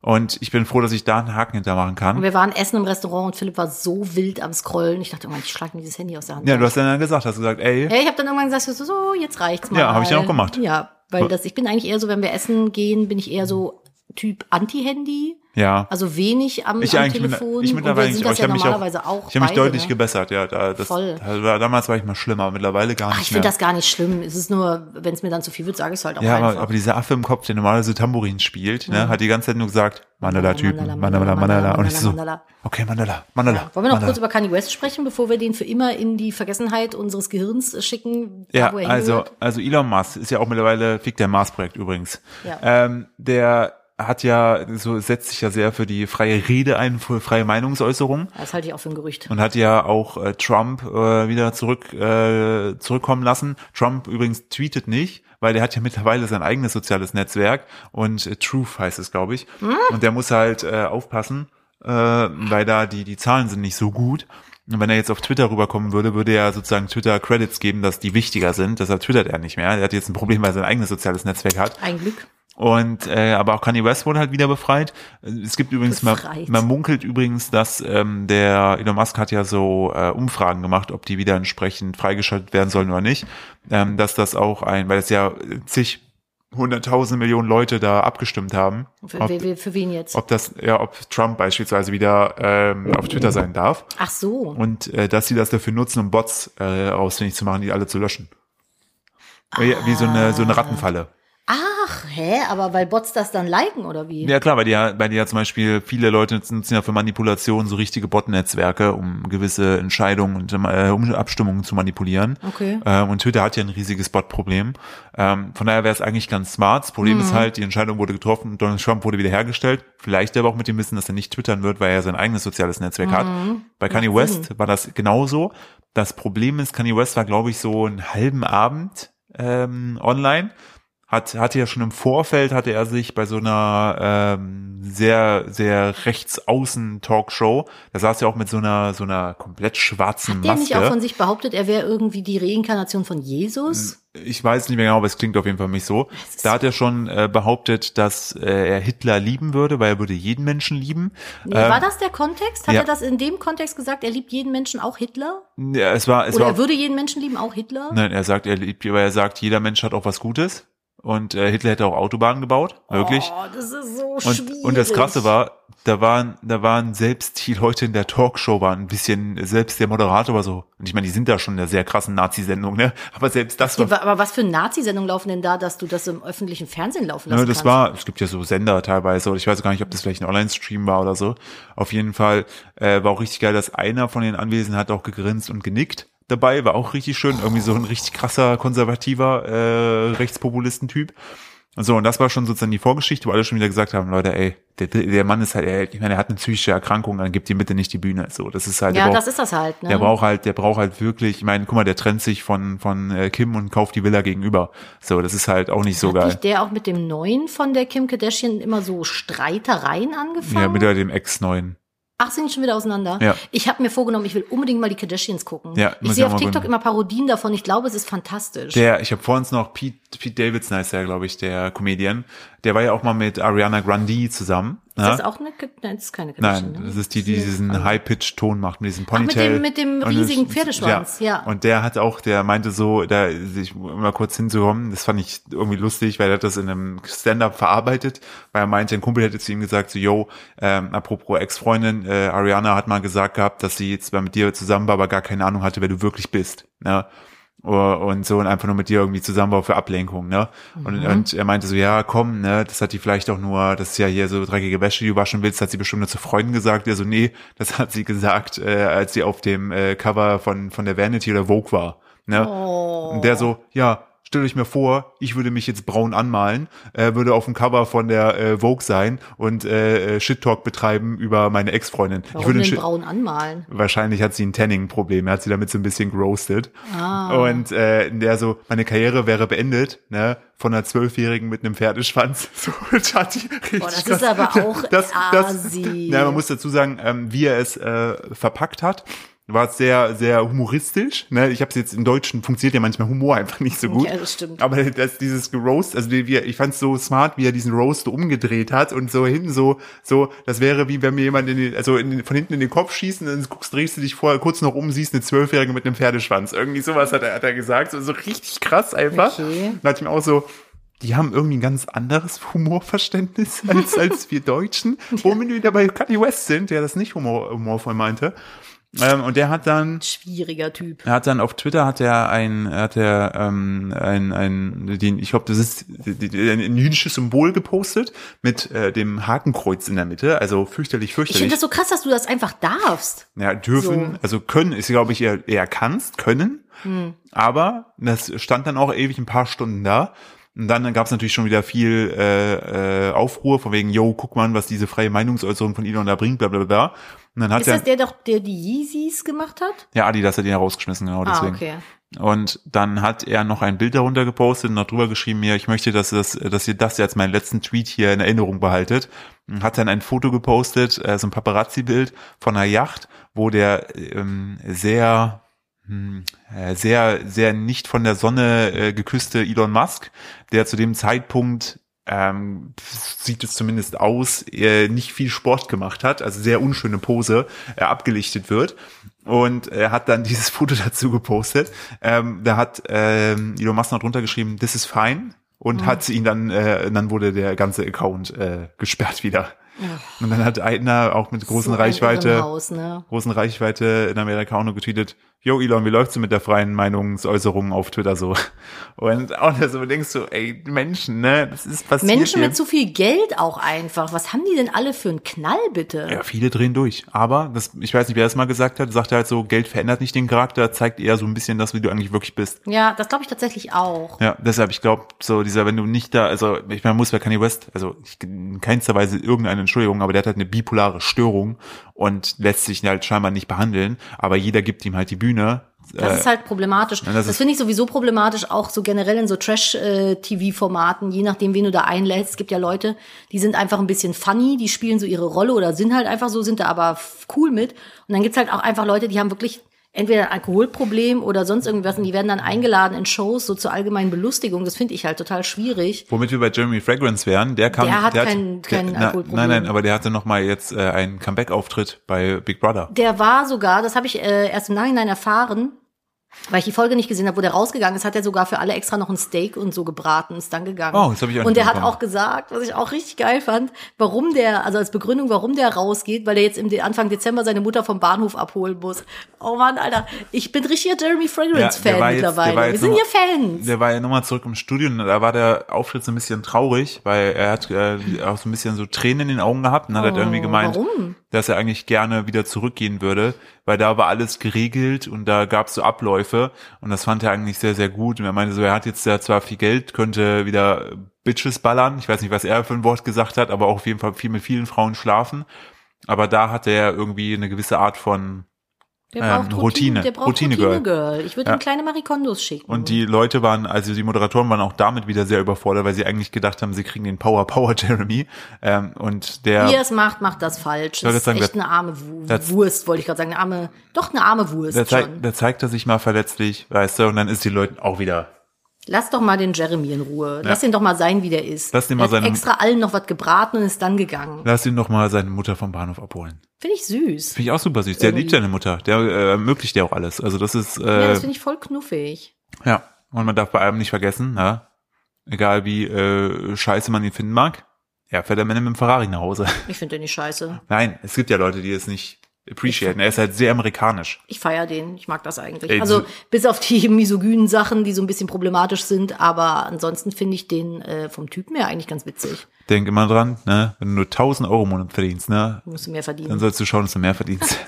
Und ich bin froh, dass ich da einen Haken hintermachen Hm. Und kann. wir waren essen im Restaurant und Philipp war so wild am Scrollen. Ich dachte, oh Mann, ich schlage mir dieses Handy aus der Hand. Ja, du hast dann gesagt, hast gesagt, ey, Ja, ich habe dann irgendwann gesagt, so, so, jetzt reicht's mal. Ja, hab ich dann auch gemacht. Ja, weil das, ich bin eigentlich eher so, wenn wir essen gehen, bin ich eher so Typ Anti-Handy. ja. Also wenig am, Ich am eigentlich, mit- Telefon. ich mittlerweile und wir nicht, sind aber ich das ja habe mich auch, normalerweise auch. ich habe mich beide, deutlich ne? gebessert, ja, da, das, Voll. da war, damals war ich mal schlimmer, mittlerweile gar Ach, nicht ich mehr. finde das gar nicht schlimm. Es ist nur, wenn es mir dann zu viel wird, sage ich es halt auch Ja, aber, einfach. aber dieser Affe im Kopf, der normalerweise Tambourin spielt, ne, hat die ganze Zeit nur gesagt, Mandala-Typen, Mandala, Mandala, Und ich so, Mhm. Mandala. okay, Mandala, Mandala. Wollen wir noch Mandala. kurz über Kanye West sprechen, bevor wir den für immer in die Vergessenheit unseres Gehirns äh, schicken? da, ja, wo er also, hingehört? also Elon Musk ist ja auch mittlerweile, fliegt der Mars-Projekt übrigens. Ja. Ähm, der hat ja, so setzt sich ja sehr für die freie Rede ein, für freie Meinungsäußerung. Das halte ich auch für ein Gerücht. Und hat ja auch äh, Trump äh, wieder zurück äh, zurückkommen lassen. Trump übrigens tweetet nicht, weil der hat ja mittlerweile sein eigenes soziales Netzwerk und äh, Truth heißt es, glaube ich. Und der muss halt äh, aufpassen, äh, weil da die die Zahlen sind nicht so gut. Und wenn er jetzt auf Twitter rüberkommen würde, würde er sozusagen Twitter Credits geben, dass die wichtiger sind. Deshalb twittert er nicht mehr. Er hat jetzt ein Problem, weil er sein eigenes soziales Netzwerk hat. Ein Glück. Und äh, aber auch Kanye West wurde halt wieder befreit. Es gibt übrigens man, Befreit. man munkelt übrigens, dass ähm, der Elon Musk hat ja so äh, Umfragen gemacht, ob die wieder entsprechend freigeschaltet werden sollen oder nicht. Ähm, dass das auch ein, weil es ja zig hunderttausend Millionen Leute da abgestimmt haben, Für, ob, wer- wer- für wen jetzt? ob das ja ob Trump beispielsweise wieder ähm, auf Twitter sein darf Ach so. und äh, dass sie das dafür nutzen, um Bots äh, ausfindig zu machen, die alle zu löschen. Wie, wie so eine so Ah. eine Rattenfalle. Ach, hä? Aber weil Bots das dann liken oder wie? Ja klar, weil die ja, weil die ja zum Beispiel viele Leute nutzen ja für Manipulation so richtige Botnetzwerke, um gewisse Entscheidungen und äh, um Abstimmungen zu manipulieren. Okay. Ähm, und Twitter hat ja ein riesiges Bot-Problem. Ähm, von daher wäre es eigentlich ganz smart. Das Problem Mhm. ist halt, die Entscheidung wurde getroffen und Donald Trump wurde wiederhergestellt. Vielleicht aber auch mit dem Wissen, dass er nicht twittern wird, weil er sein eigenes soziales Netzwerk hat. Mhm. Bei Kanye West war das genauso. Das Problem ist, Kanye West war, glaube ich, so einen halben Abend ähm, online hat, hatte ja schon im Vorfeld, hatte er sich bei so einer ähm, sehr, sehr rechtsaußen Talkshow, da saß er auch mit so einer, so einer komplett schwarzen Hat der nicht auch Maske. von sich behauptet, er wäre irgendwie die Reinkarnation von Jesus? Ich weiß nicht mehr genau, aber es klingt auf jeden Fall nicht so. Da hat er schon äh, behauptet, dass äh, er Hitler lieben würde, weil er würde jeden Menschen lieben. Nee, war das der Kontext? ähm, Hat ja. er das in dem Kontext gesagt, er liebt jeden Menschen, auch Hitler? Ähm, Ja, es war, es Oder war, Ne, er würde jeden Menschen lieben, auch Hitler? nein, er sagt, er liebt, aber er sagt, jeder Mensch hat auch was Gutes. Und äh, Hitler hätte auch Autobahnen gebaut, wirklich. Oh, das ist so Und, schwierig. und das Krasse war, da waren, da waren selbst die Leute in der Talkshow waren ein bisschen, selbst der Moderator war so, und ich meine, die sind da schon in der sehr krassen Nazi-Sendung, ne? Aber selbst das war, Ja, wa- Aber was für Nazi-Sendungen laufen denn da, dass du das im öffentlichen Fernsehen laufen lassen ne, das kannst? war, es gibt ja so Sender teilweise, oder ich weiß gar nicht, ob das vielleicht ein Online-Stream war oder so. Auf jeden Fall äh, war auch richtig geil, dass einer von den Anwesenden hat auch gegrinst und genickt dabei, war auch richtig schön, irgendwie so ein richtig krasser, konservativer äh, Rechtspopulisten-Typ. So, und das war schon sozusagen die Vorgeschichte, wo alle schon wieder gesagt haben, Leute, ey, der, der Mann ist halt, ey, ich meine, er hat eine psychische Erkrankung, dann gibt ihm bitte nicht die Bühne. So, das ist halt, der ja, braucht- das ist das halt. Ne? Der braucht halt, der braucht halt wirklich, ich meine, guck mal, der trennt sich von, von äh, Kim und kauft die Villa gegenüber. So, das ist halt auch nicht so Hat geil. nicht der auch mit dem Neuen von der Kim Kardashian immer so Streitereien angefangen? Ja, mit der- dem Ex-Neuen. Ach, sind die schon wieder auseinander? Ja. Ich habe mir vorgenommen, ich will unbedingt mal die Kardashians gucken. Ja, ich muss sehe ich auch auf mal TikTok gucken. immer Parodien davon. Ich glaube, es ist fantastisch. Der, ich habe vorhin noch Pete, Pete Davidson heißt der, glaube ich, der Comedian. Der war ja auch mal mit Ariana Grande zusammen. ist ne? das auch eine? Ka- Nein, das ist keine Kardashian. Nein, ne? das ist die, die diesen High-Pitch-Ton macht, mit diesem mit dem- Ponytail. mit dem Und das- riesigen Pferdeschwanz, ja. Und der hat auch, der meinte so, da sich mal kurz hinzukommen, das fand ich irgendwie lustig, weil er hat das in einem Stand-Up verarbeitet, weil er meinte, ein Kumpel hätte zu ihm gesagt, so, yo, ähm, apropos Ex-Freundin, äh, Ariana hat mal gesagt gehabt, dass sie jetzt mal mit dir zusammen war, aber gar keine Ahnung hatte, wer du wirklich bist, ne? und so und einfach nur mit dir irgendwie zusammenbau für Ablenkung, ne? Und, und er meinte so, ja, komm, ne, das hat die vielleicht auch nur, das ist ja hier so dreckige Wäsche, die du waschen willst, hat sie bestimmt nur zu Freunden gesagt. Er so, nee, das hat sie gesagt, äh, als sie auf dem äh, Cover von, von der Vanity oder Vogue war, ne? Und der so, ja, stellt euch mir vor, ich würde mich jetzt braun anmalen, äh, würde auf dem Cover von der äh, Vogue sein und äh, äh, Shit-Talk betreiben über meine Ex-Freundin. Ich Warum würde den einen Shit- braun anmalen? wahrscheinlich hat sie ein Tanning-Problem. Er hat sie damit so ein bisschen groasted. Ah. Und äh, der so, meine Karriere wäre beendet, ne, von einer Zwölfjährigen mit einem Pferdeschwanz. So, das hat die richtig das ist krass- aber auch Asi. Na, man muss dazu sagen, ähm, wie er es äh, verpackt hat. War es sehr, sehr humoristisch. Ne? Ich habe es jetzt im Deutschen funktioniert ja manchmal Humor einfach nicht so gut. Ja, das stimmt. Aber das, dieses Roast, also die, wie, er- ich fand es so smart, wie er diesen Roast umgedreht hat und so hin, so, so, das wäre wie wenn mir jemand in den, also in, den- von hinten in den Kopf schießt und dann guckst, drehst du dich vorher kurz noch um, siehst eine Zwölfjährige mit einem Pferdeschwanz. Irgendwie sowas hat er, hat er gesagt. So, so richtig krass einfach. Okay. Da dachte ich mir auch so, die haben irgendwie ein ganz anderes Humorverständnis als, als wir Deutschen. Womit wir wieder bei Kanye West sind, der das nicht humor, humorvoll meinte. Ähm, und der hat dann Schwieriger Typ. er hat dann auf Twitter hat er ein, hat er ähm, ein, ein den, ich glaube, das ist die- die- ein jüdisches Symbol gepostet mit äh, dem Hakenkreuz in der Mitte, also fürchterlich, Ich finde fürchterlich. das so krass, dass du das einfach darfst. ja, dürfen, so- Hm. also können ist, glaube ich, eher, eher kannst, können, aber das stand dann auch ewig ein paar Stunden da. Und dann gab es natürlich schon wieder viel äh, äh, Aufruhr von wegen, yo, guck mal, was diese freie Meinungsäußerung von Elon da bringt, bla bla bla. Und dann hat Ist er, das der doch, der die Yeezys gemacht hat? ja, Adi, das hat ihn ja rausgeschmissen, genau deswegen. Ah, okay. Und dann hat er noch ein Bild darunter gepostet und noch drüber geschrieben, ja, ich möchte, dass, das, dass ihr das jetzt meinen letzten Tweet hier in Erinnerung behaltet. Und Hat dann ein Foto gepostet, äh, so ein Paparazzi-Bild von einer Yacht, wo der ähm, sehr, hm, äh, sehr, sehr nicht von der Sonne äh, geküsste Elon Musk, der zu dem Zeitpunkt ähm, sieht es zumindest aus, äh, nicht viel Sport gemacht hat, also sehr unschöne Pose, äh, abgelichtet wird. Und er hat dann dieses Foto dazu gepostet. Ähm, da hat ähm, Elon Musk noch drunter geschrieben, this is fine. Und Mhm. hat ihn dann, äh, dann wurde der ganze Account äh, gesperrt wieder. Und dann hat einer auch mit großen So ein Reichweite Irrenhaus, ne? großen Reichweite in Amerika auch nur getweetet, yo Elon, wie läuft's denn mit der freien Meinungsäußerung auf Twitter so? Und auch da so denkst du, ey, Menschen, ne, das ist passiert. Menschen hier. mit zu viel Geld auch einfach. Was haben die denn alle für einen Knall, bitte? ja, viele drehen durch. Aber das, ich weiß nicht, wer das mal gesagt hat, sagt er halt so, Geld verändert nicht den Charakter, zeigt eher so ein bisschen das, wie du eigentlich wirklich bist. Ja, das glaube ich tatsächlich auch. Ja, deshalb, ich glaube, so dieser, wenn du nicht da, also ich meine, muss bei Kanye West, also ich, in keinster Weise irgendeine Entschuldigung, aber der hat halt eine bipolare Störung und lässt sich halt scheinbar nicht behandeln, aber jeder gibt ihm halt die Bühne. Das ist halt problematisch. das Das, ist- finde ich sowieso problematisch, auch so generell in so Trash-TV-Formaten, je nachdem, wen du da einlädst. Es gibt ja Leute, die sind einfach ein bisschen funny, die spielen so ihre Rolle oder sind halt einfach so, sind da aber f- cool mit. Und dann gibt's halt auch einfach Leute, die haben wirklich entweder ein Alkoholproblem oder sonst irgendwas und die werden dann eingeladen in Shows, so zur allgemeinen Belustigung. Das finde ich halt total schwierig. Womit wir bei Jeremy Fragrance wären, der kam. Der hat kein- kein na, Alkoholproblem. Nein, nein, aber der hatte nochmal jetzt äh, einen Comeback-Auftritt bei Big Brother. Der war sogar, das habe ich äh, erst im Nachhinein erfahren, weil ich die Folge nicht gesehen habe, wo der rausgegangen ist, hat er sogar für alle extra noch ein Steak und so gebraten, ist dann gegangen. Oh, das hab ich auch nicht und der hat mitbekommen. auch gesagt, was ich auch richtig geil fand, warum der, also als Begründung, warum der rausgeht, weil er jetzt im De Anfang Dezember seine Mutter vom Bahnhof abholen muss. Oh Mann, Alter, ich bin richtiger Jeremy Fragrance-Fan mittlerweile. Wir sind hier nochmal- Fans. Der war ja nochmal zurück im Studio und da war der Auftritt so ein bisschen traurig, weil er hat äh, auch so ein bisschen so Tränen in den Augen gehabt und hat halt irgendwie gemeint, Oh, warum? dass er eigentlich gerne wieder zurückgehen würde, weil da war alles geregelt und da gab es so Abläufe und das fand er eigentlich sehr, sehr gut. Und er meinte so, er hat jetzt ja zwar viel Geld, könnte wieder Bitches ballern. Ich weiß nicht, was er für ein Wort gesagt hat, aber auch auf jeden Fall viel mit vielen Frauen schlafen. Aber da hatte er irgendwie eine gewisse Art von Der ähm, braucht Routine. Der braucht Routine Girl. Routine Girl. Ich würde Ja. ihm kleine Marikondos schicken. Und die Leute waren, also die Moderatoren waren auch damit wieder sehr überfordert, weil sie eigentlich gedacht haben, sie kriegen den Power Power Jeremy. Ähm, und der, Wie er es macht, macht das falsch. wollte Das ist sagen, echt das- eine arme Wu- das- Wurst, wollte ich gerade sagen. Eine arme, doch eine arme Wurst der, schon. zeig, der zeigte sich mal verletzlich, weißt du, und dann ist die Leuten auch wieder. Lass doch mal den Jeremy in Ruhe. Lass ihn doch mal sein, wie der ist. Lass ihn Er mal hat seine- extra allen noch was gebraten und ist dann gegangen. Lass ihn doch mal seine Mutter vom Bahnhof abholen. Finde ich süß. Finde ich auch super süß. Der Irgendwie. liebt seine Mutter. Der äh, ermöglicht dir auch alles. Also das ist, ja, äh, das ja, finde ich voll knuffig. Und man darf bei allem nicht vergessen, na? egal wie äh, scheiße man ihn finden mag, er fährt am Ende mit dem Ferrari nach Hause. Ich finde den nicht scheiße. Nein, es gibt ja Leute, die es nicht appreciaten. Er ist halt sehr amerikanisch. Ich feiere den. Ich mag das eigentlich. Ey, also so- bis auf die misogynen Sachen, die so ein bisschen problematisch sind, aber ansonsten finde ich den äh, vom Typen her eigentlich ganz witzig. Denk immer dran, ne? wenn du nur 1000 Euro im Monat verdienst, ne? Musst du mehr dann verdienen. sollst du schauen, dass du mehr verdienst.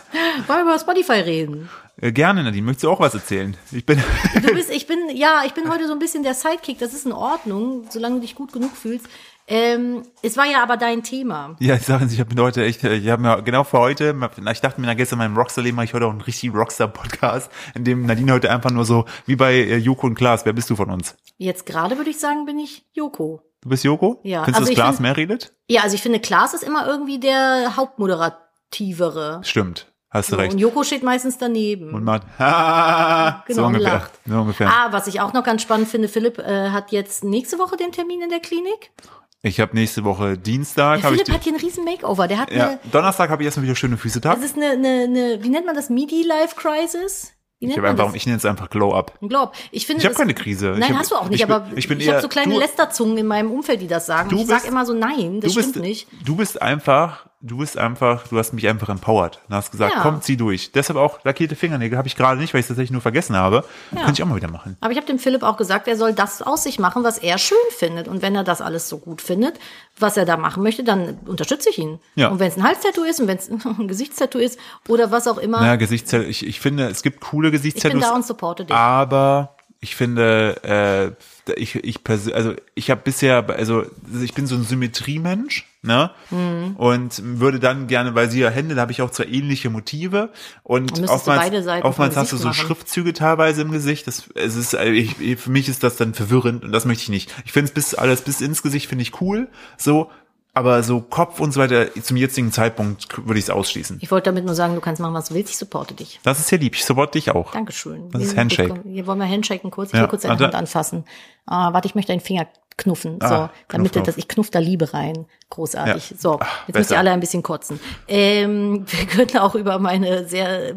Wollen wir über Spotify reden? äh, gerne, Nadine, möchtest du auch was erzählen? Ich bin, Du bist, ich bin, ja, ich bin heute so ein bisschen der Sidekick. Das ist in Ordnung, solange du dich gut genug fühlst. Ähm, es war ja aber dein Thema. ja, ich sage es, ich habe mir heute echt, äh, ich habe mir genau für heute, na, ich dachte mir, na, gestern meinem Rockstar-Leben mache ich heute auch einen richtigen Rockstar-Podcast, in dem Nadine heute einfach nur so, wie bei äh, Joko und Klaas, wer bist du von uns? Jetzt gerade würde ich sagen, bin ich Joko. Du bist Joko? Ja, Findest also du, dass ich Klaas find- mehr redet? Ja, also ich finde, Klaas ist immer irgendwie der Hauptmoderativere. Stimmt, hast du recht. Und Und, Joko steht meistens daneben. macht, ha, Genau, so und ungefähr. lacht. So ungefähr. ah, was ich auch noch ganz spannend finde, Philipp äh, hat jetzt nächste Woche den Termin in der Klinik. Ich habe nächste Woche Dienstag, Der habe ich, Philipp die, hat hier einen riesen Makeover. Der hat ja, eine, Donnerstag habe ich erstmal wieder schöne Füße das Tag. ist eine, eine, eine, wie nennt man das, Midi-Life-Crisis? Wie Ich, nennt hab einfach, das? ich nenne es einfach Glow-Up. Ein Glaub. Ich finde, Ich habe das- keine Krise. Nein, ich hab, hast du auch nicht, ich bin, aber ich bin ich eher, habe so kleine du, Lästerzungen in meinem Umfeld, die das sagen. Du Und ich sag bist- immer so, nein, das du bist, stimmt nicht. Du bist einfach, du bist einfach, du hast mich einfach empowered. Du hast gesagt, Ja. komm, zieh durch. Deshalb auch lackierte Fingernägel habe ich gerade nicht, weil ich es tatsächlich nur vergessen habe. Ja. Könnte ich auch mal wieder machen. Aber ich habe dem Philipp auch gesagt, er soll das aus sich machen, was er schön findet. Und wenn er das alles so gut findet, was er da machen möchte, dann unterstütze ich ihn. Ja. Und wenn es ein Halstattoo ist und wenn es ein Gesichtstattoo ist oder was auch immer, Naja, Gesichtszelle, ich, ich finde, es gibt coole ich bin da Gesichtszellen, und supporte dich. aber ich finde, äh, ich, ich persönlich, also ich habe bisher, also ich bin so ein Symmetriemensch, ne? Mhm. Und würde dann gerne, weil sie ja Hände, da habe ich auch zwei ähnliche Motive und müsstest du oftmals, beide Seiten vom oftmals hast Gesicht du so machen. Schriftzüge teilweise im Gesicht. Das, es ist, äh, ich, ich- für mich ist das dann verwirrend und das möchte ich nicht. Ich finde es bis alles bis ins Gesicht finde ich cool, so, aber so Kopf und so weiter zum jetzigen Zeitpunkt würde ich es ausschließen. Ich wollte damit nur sagen, du kannst machen, was du willst, ich supporte dich. Das ist ja lieb. Ich support dich auch. Dankeschön. Das Wir ist sind gut Handshake. gekommen. Hier wollen wir handshaken kurz. Ich Ja, will kurz deine warte. Hand anfassen. Ah, warte, ich möchte deinen Finger knuffen. So, Ah, damit knuff, du das, ich knuff da Liebe rein. Großartig. Ja. So, Ah, jetzt müsst besser. ihr alle ein bisschen kotzen. Ähm, wir können auch über meine sehr,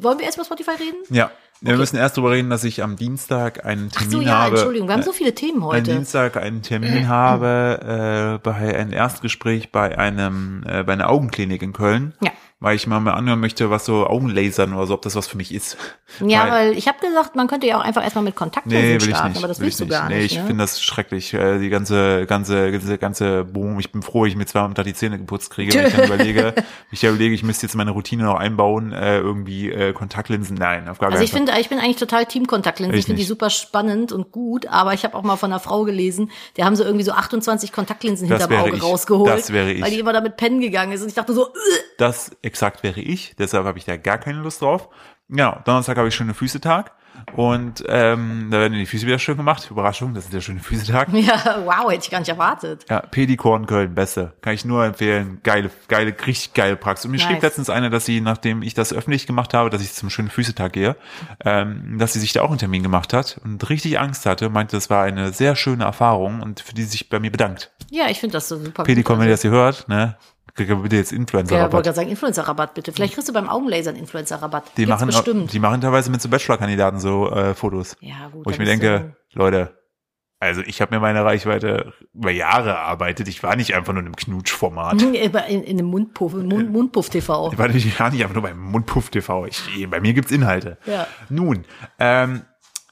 wollen wir erstmal Spotify reden? Ja, wir müssen erst darüber reden, dass ich am Dienstag einen Ach Termin so, ja, habe. Entschuldigung, wir haben so viele Themen Am heute. Dienstag einen Termin habe äh, bei einem Erstgespräch bei einem äh, bei einer Augenklinik in Köln. Ja. Weil ich mal mir anhören möchte, was so Augenlasern oder so, ob das was für mich ist. Ja, weil ich habe gesagt, man könnte ja auch einfach erstmal mit Kontaktlinsen Nee, will ich starten, nicht. aber das will willst ich du gar Nee, nicht. ich ne? finde das schrecklich. Äh, die ganze, ganze, ganze, ganze Boom. Ich bin froh, ich mir zweimal am Tag die Zähne geputzt kriege, wenn ich dann überlege, ich ja überlege, ich müsste jetzt meine Routine noch einbauen, äh, irgendwie äh, Kontaktlinsen. Nein, auf gar keinen Also ich Fall. finde, ich bin eigentlich total Teamkontaktlinsen. Ich Ich finde die nicht. super spannend und gut, aber ich habe auch mal von einer Frau gelesen, der haben so irgendwie so 28 Kontaktlinsen Das hinterm wäre Auge ich. rausgeholt, Das wäre ich. weil die immer damit pennen gegangen ist. Und ich dachte so, äh, Das exakt wäre ich, deshalb habe ich da gar keine Lust drauf. Genau, Donnerstag habe ich schöne Füße-Tag und ähm, da werden die Füße wieder schön gemacht. Überraschung, das ist der schöne Füße-Tag. ja, wow, hätte ich gar nicht erwartet. Ja, Pedikorn Köln, beste. Kann ich nur empfehlen. Geile, geile, richtig geile Praxis. Und mir schrieb Nice. letztens einer, dass sie, nachdem ich das öffentlich gemacht habe, dass ich zum schönen Füßetag gehe, ähm, dass sie sich da auch einen Termin gemacht hat und richtig Angst hatte und meinte, das war eine sehr schöne Erfahrung und für die sie sich bei mir bedankt. Ja, ich finde das so super. Pedikon, gut. wenn ihr das hier hört, ne? Krieg aber bitte jetzt Ja, ich wollte Influencer-Rabatt. gerade sagen, Influencer-Rabatt bitte. Vielleicht kriegst du beim Augenlaser einen Influencer-Rabatt. die, Gibt's machen, bestimmt. die machen teilweise mit so Bachelor-Kandidaten so äh, Fotos. ja, gut. Wo ich dann mir bist du denke, Leute, also ich habe mir meine Reichweite über Jahre erarbeitet. Ich war nicht einfach nur in einem Knutschformat. dann- in, in, in einem Mundpuff, im Mund, Mundpuff-TV. Ich war nicht gar nicht einfach nur beim Mundpuff-TV. Ich, bei mir gibt's Inhalte. Ja. Nun, ähm,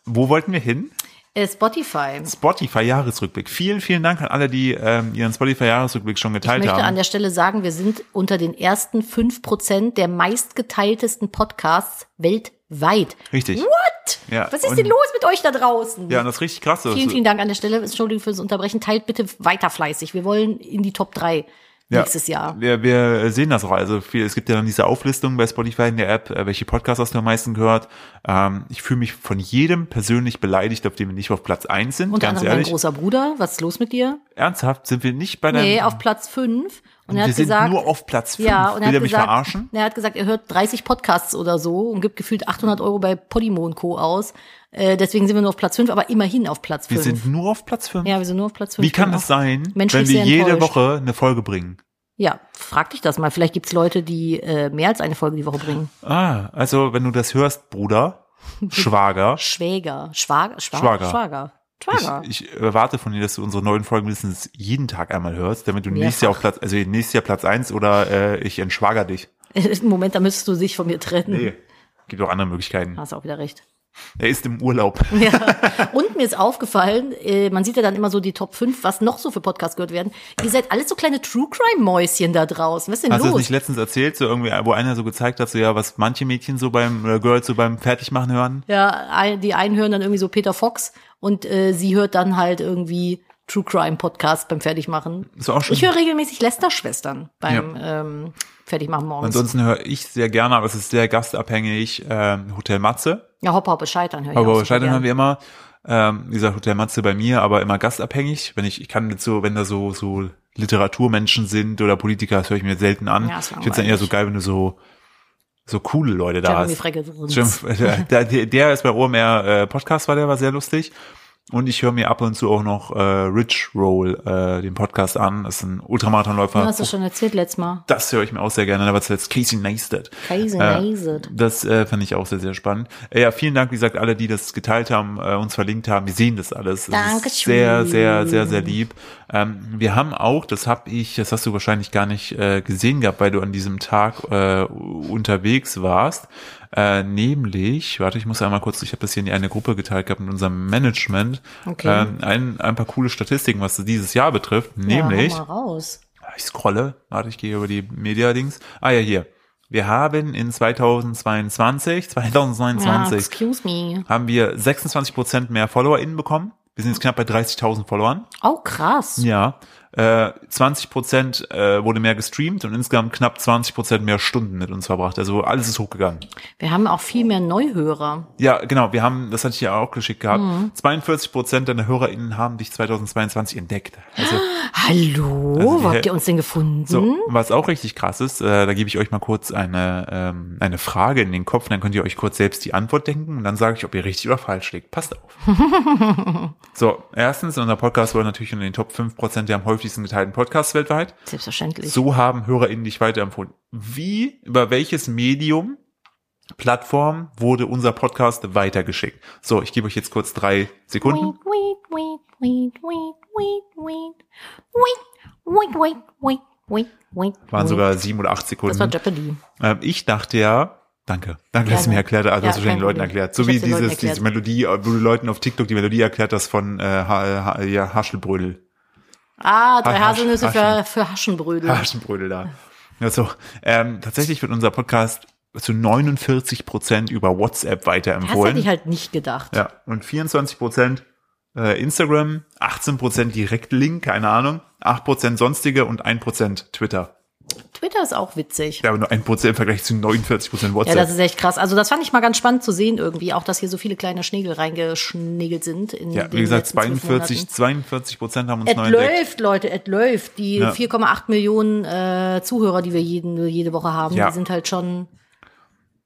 wo wollten wir hin? Äh, Spotify. Spotify-Jahresrückblick. Vielen, vielen Dank an alle, die ähm, ihren Spotify-Jahresrückblick schon Ich geteilt möchte an haben. der Stelle sagen, wir sind unter den ersten 5% der meistgeteiltesten Podcasts weltweit. Richtig. What? Ja, Was ist und- denn los mit euch da draußen? Ja, also und das ist richtig krass. Vielen, vielen Dank an der Stelle. Entschuldigung fürs Unterbrechen. Teilt bitte weiter fleißig. Wir wollen in die Top 3 ja, nächstes Jahr. Wir, wir sehen das auch. Also viel, es gibt ja dann diese Auflistung bei Spotify in der App, äh, welche Podcasts hast du am meisten gehört. Ähm, ich fühle mich von jedem persönlich beleidigt, auf dem wir nicht auf Platz eins sind. Unter ganz anderem mein ehrlich. großer Bruder. Was ist los mit dir? Ernsthaft sind wir nicht bei deinem. Nee, auf Platz 5. Und er wir hat sind gesagt, nur auf Platz fünf. ja, und er Will hat er mich gesagt, verarschen? Er hat gesagt, er hört 30 Podcasts oder so und gibt gefühlt 800 Euro bei Podimo und Co. aus. Äh, deswegen sind wir nur auf Platz 5, aber immerhin auf Platz Wir 5. sind nur auf Platz fünf. ja, wir sind nur auf Platz 5. Wie kann das sein, wenn Menschlich wir sehr jede enttäuscht. Woche eine Folge bringen? Ja, frag dich das mal. Vielleicht gibt's Leute, die äh, mehr als eine Folge die Woche bringen. Ah, also wenn du das hörst, Bruder, Schwager, Schwäger, Schwager, Schwager, Schwager. Schwager. ich, Schwager. ich erwarte von dir, dass du unsere neuen Folgen mindestens jeden Tag einmal hörst, damit du Mehrfach. nächstes Jahr auf Platz, also nächstes Jahr Platz eins oder äh, ich entschwager dich. Hm. Moment, da müsstest du dich von mir trennen. Gibt auch andere Möglichkeiten. Hast auch wieder recht. Er ist im Urlaub. Ja. Und mir ist aufgefallen, äh, man sieht ja dann immer so die Top 5, was noch so für Podcasts gehört werden. Ihr seid alles so kleine True Crime Mäuschen da draußen. Was ist denn Hast du das los? nicht letztens erzählt, so irgendwie, wo einer so gezeigt hat, so ja, was manche Mädchen so beim oder Girls so beim Fertigmachen hören? Ja, ein- die einen hören dann irgendwie so Peter Fox und äh, sie hört dann halt irgendwie True Crime Podcast beim Fertigmachen. Ist auch schön. Ich höre regelmäßig Lester Schwestern beim ähm, Fertigmachen morgens. Ansonsten höre ich sehr gerne, aber es ist sehr gastabhängig, ähm, Hotel Matze. ja, Hoppa, Hoppe Scheitern höre ich auch Aber super Scheitern gern. haben wir immer, ähm, wie gesagt, Hotel Matze bei mir, aber immer gastabhängig. Wenn ich, ich kann jetzt so, wenn da so, so Literaturmenschen sind oder Politiker, das höre ich mir selten an. Ja, ich ist finde es dann eher so geil, wenn du so, so coole Leute da Jeremy hast. Frecke drin. Jim- der, der, der ist bei OMR äh, Podcast, war der war sehr lustig. Und ich höre mir ab und zu auch noch äh, Rich Roll, äh, den Podcast an. Das ist ein Ultramarathonläufer. Hast du schon erzählt letztes Mal? Das höre ich mir auch sehr gerne. Da war zuletzt Casey Neistat. Casey Äh, Neistat. Das äh, fand ich auch sehr, sehr spannend. Äh, ja, vielen Dank, wie gesagt, alle, die das geteilt haben, äh, uns verlinkt haben. Wir sehen das alles. Das ist Dankeschön. sehr, sehr, sehr, sehr lieb. Ähm, wir haben auch, das habe ich, das hast du wahrscheinlich gar nicht äh, gesehen gehabt, weil du an diesem Tag äh, unterwegs warst. Äh, nämlich, warte, ich muss einmal kurz, ich habe das hier in die eine Gruppe geteilt gehabt mit unserem Management. Okay. Ähm, ein, ein paar coole Statistiken, was dieses Jahr betrifft. Nämlich, Ja, hau mal raus. ich scrolle, warte, ich gehe über die Media-Dings. Ah ja, hier. Wir haben in 2022, Ja, 2022 excuse me. haben wir 26% mehr FollowerInnen bekommen. Wir sind jetzt knapp bei 30.000 Followern. Oh, krass. Ja. Äh, 20% äh, wurde mehr gestreamt und insgesamt knapp 20% mehr Stunden mit uns verbracht. Also alles ist hochgegangen. Wir haben auch viel mehr Neuhörer. Ja, genau. Wir haben, das hatte ich ja auch geschickt gehabt, 42% deiner HörerInnen haben dich 2022 entdeckt. Also Hallo, Also wo wir- habt ihr uns denn gefunden? So, was auch richtig krass ist, äh, da gebe ich euch mal kurz eine, ähm, eine Frage in den Kopf, dann könnt ihr euch kurz selbst die Antwort denken und dann sage ich, ob ihr richtig oder falsch liegt. Passt auf. so, erstens, unser Podcast wurde natürlich in den Top 5% der am häufigsten geteilten Podcasts weltweit. Selbstverständlich. So haben HörerInnen dich weiterempfohlen. Wie, über welches Medium, Plattform wurde unser Podcast weitergeschickt? So, ich gebe euch jetzt kurz drei Sekunden. Wait, wait, wait, wait, wait, wait, wait, wait, wait, wait, wait, wait, wait. Waren sogar sieben oder acht Sekunden. Hm. Das war Jeopardy. Ähm, ich dachte ja, danke, danke, dass du Gerne. mir erklärt hast, also Ja, hast du schon kein den Leuten Problem. erklärt. So Ich wie hab's den Leuten dieses, diese erklärt. Melodie, äh, wo du Leuten auf TikTok die Melodie erklärt hast von äh, ha, ha, ja, Haschelbrödel. Ah, drei Hasch- Haselnüsse für, Haschen. für Haschenbrödel. Haschenbrödel da. Also, ähm, tatsächlich wird unser Podcast zu 49 Prozent über WhatsApp Das hätte weiterempfohlen. ich halt nicht gedacht. ja, und 24 Prozent äh, Instagram, 18 Prozent Direktlink, keine Ahnung, 8 Prozent sonstige und 1 Prozent Twitter. Twitter ist auch witzig. Ja, aber nur 1 Prozent im Vergleich zu 49 Prozent Ja, WhatsApp. das ist echt krass. Also das fand ich mal ganz spannend zu sehen irgendwie, auch dass hier so viele kleine Schnägel reingeschnägelt sind. In Ja, den wie gesagt, letzten zwölf 42, Monaten. 42 Prozent haben uns Es neu entdeckt. läuft, Leute, es läuft. Die Ja. 4,8 Millionen äh, Zuhörer, die wir jeden, jede Woche haben, Ja. die sind halt schon,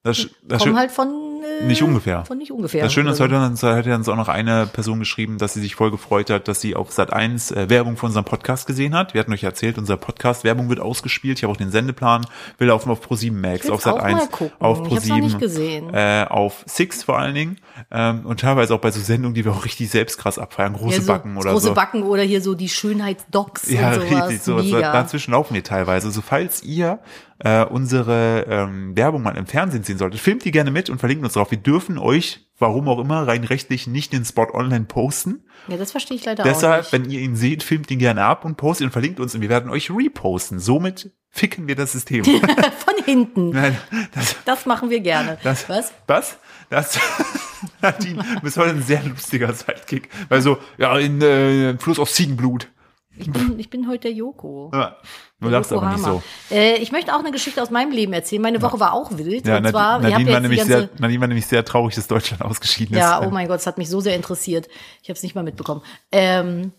Das, das kommen schön, halt von von äh, Nicht ungefähr. Von nicht ungefähr. Also, Das Schöne ist, halt, heute hat uns- heute hat uns auch noch eine Person geschrieben, dass sie sich voll gefreut hat, dass sie auf Sat 1 äh, Werbung für unseren Podcast gesehen hat. Wir hatten euch erzählt, unser Podcast Werbung wird ausgespielt. Ich habe auch den Sendeplan. Wir laufen auf Pro7 Max, will's auf Sat auch 1, mal gucken. auf Ich hab's noch nicht gesehen. Pro7, äh, auf Six vor allen Dingen ähm, und teilweise auch bei so Sendungen, die wir auch richtig selbst krass abfeiern, große Ja, so Backen oder große so. Backen oder hier so die Schönheitsdocs Ja, und sowas. richtig. So, Mega. Dazwischen laufen wir teilweise. Also falls ihr äh, unsere ähm, Werbung mal im Fernsehen sehen solltet, filmt die gerne mit und verlinkt uns drauf. Wir dürfen euch, warum auch immer, rein rechtlich nicht den Spot online posten. ja, das verstehe ich leider Deshalb, auch nicht. wenn ihr ihn seht, filmt ihn gerne ab und postet ihn und verlinkt uns und wir werden euch reposten. Somit ficken wir das System. Von hinten. Nein, das, Das machen wir gerne. das, Was? Was? Das Nadine, bis heute ein sehr lustiger Sidekick. Weil so, ja, in äh, Fluss auf Ziegenblut. Ich bin, ich bin heute der Joko. Ja, du lachst aber nicht so. Yokohama. Äh, ich möchte auch eine Geschichte aus meinem Leben erzählen. Meine Woche war auch wild. Ja, und Nad- zwar, ihr habt Nadine, ja war jetzt die nämlich ganze, sehr, äh, Nadine war nämlich sehr traurig, dass Deutschland ausgeschieden Ja, ist. oh mein Gott, es hat mich so sehr interessiert. Ich habe es nicht mal mitbekommen. Ähm,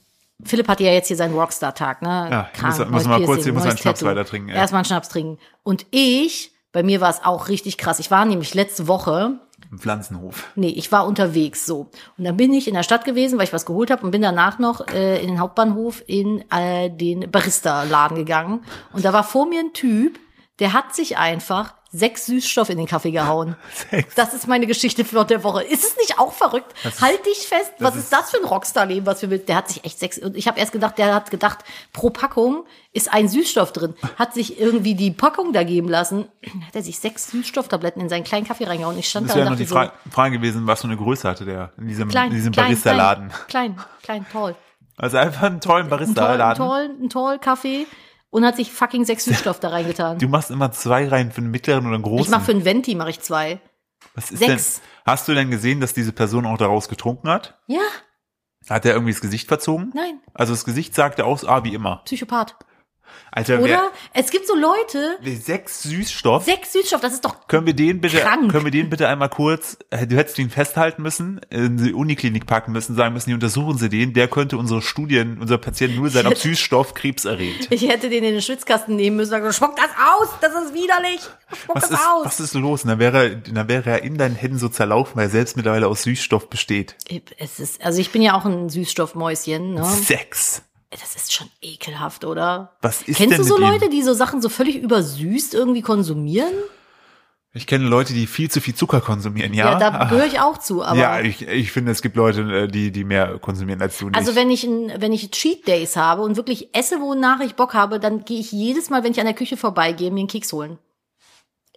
Philipp hatte ja jetzt hier seinen Rockstar-Tag, ne? Ja, ich muss- muss neues mal kurz- Piercing, ich muss mal neues einen Schnaps Tattoo. leider trinken, ey. Erstmal einen Schnaps trinken. Und ich, bei mir war es auch richtig krass. Ich war nämlich letzte Woche, Ein Pflanzenhof. Nee, ich war unterwegs so. Und dann bin ich in der Stadt gewesen, weil ich was geholt habe und bin danach noch äh, in den Hauptbahnhof in äh, den Barista-Laden gegangen. Und da war vor mir ein Typ, der hat sich einfach sechs Süßstoff in den Kaffee gehauen. Sechs. Das ist meine Geschichte für der Woche. Ist es nicht auch verrückt? halt dich fest. Was ist, ist- das für ein Rockstar-Leben, was wir mit? Der hat sich echt sechs. Und ich habe erst gedacht, der hat gedacht, pro Packung ist ein Süßstoff drin. Hat sich irgendwie die Packung da geben lassen. Hat er sich sechs Süßstofftabletten in seinen kleinen Kaffee reingehauen. Ich stand Das da und wäre noch dachte die Fra so, Frage gewesen, was für eine Größe hatte der in diesem, klein, in diesem klein, Barista-Laden. Klein, klein, klein, toll. Also einfach einen tollen Ein toll, ein Barista-Laden. toll, ein toll Kaffee und hat sich fucking sechs Süßstoff da reingetan. Du machst immer zwei rein für einen mittleren oder einen großen. Ich mach für einen Venti mache ich zwei. Was ist sechs. Denn, hast du denn gesehen, dass diese Person auch daraus getrunken hat? Ja, Hat er irgendwie das Gesicht verzogen? nein, Also das Gesicht sagte aus, ah, wie immer. Psychopath. Alter, Oder? wer, Es gibt so Leute, wer sechs Süßstoff? sechs Süßstoff, das ist doch Können wir den bitte, Krank. können wir den bitte einmal kurz, äh, du hättest ihn festhalten müssen, in die Uniklinik packen müssen, sagen müssen, hier untersuchen Sie den, der könnte unsere Studien, unser Patient nur sein, ob Süßstoff Krebs erregt. ich hätte den in den Schwitzkasten nehmen müssen und gesagt, spuck das aus, das ist widerlich. Spuck Was das ist, aus. was ist los? Und dann wäre, dann wäre er in deinen Händen so zerlaufen, weil er selbst mittlerweile aus Süßstoff besteht. Es ist, also ich bin ja auch ein Süßstoffmäuschen, ne? Sex. Das ist schon ekelhaft, oder? Was ist Kennst denn du so mit ihm? Leute, die so Sachen so völlig übersüßt irgendwie konsumieren? Ich kenne Leute, die viel zu viel Zucker konsumieren, ja? Ja, da gehöre ich auch zu, aber. ja, ich, ich finde, es gibt Leute, äh, die, die mehr konsumieren als du nicht. Also wenn ich ein, wenn ich Cheat Days habe und wirklich esse, wonach ich Bock habe, dann gehe ich jedes Mal, wenn ich an der Küche vorbeigehe, mir einen Keks holen.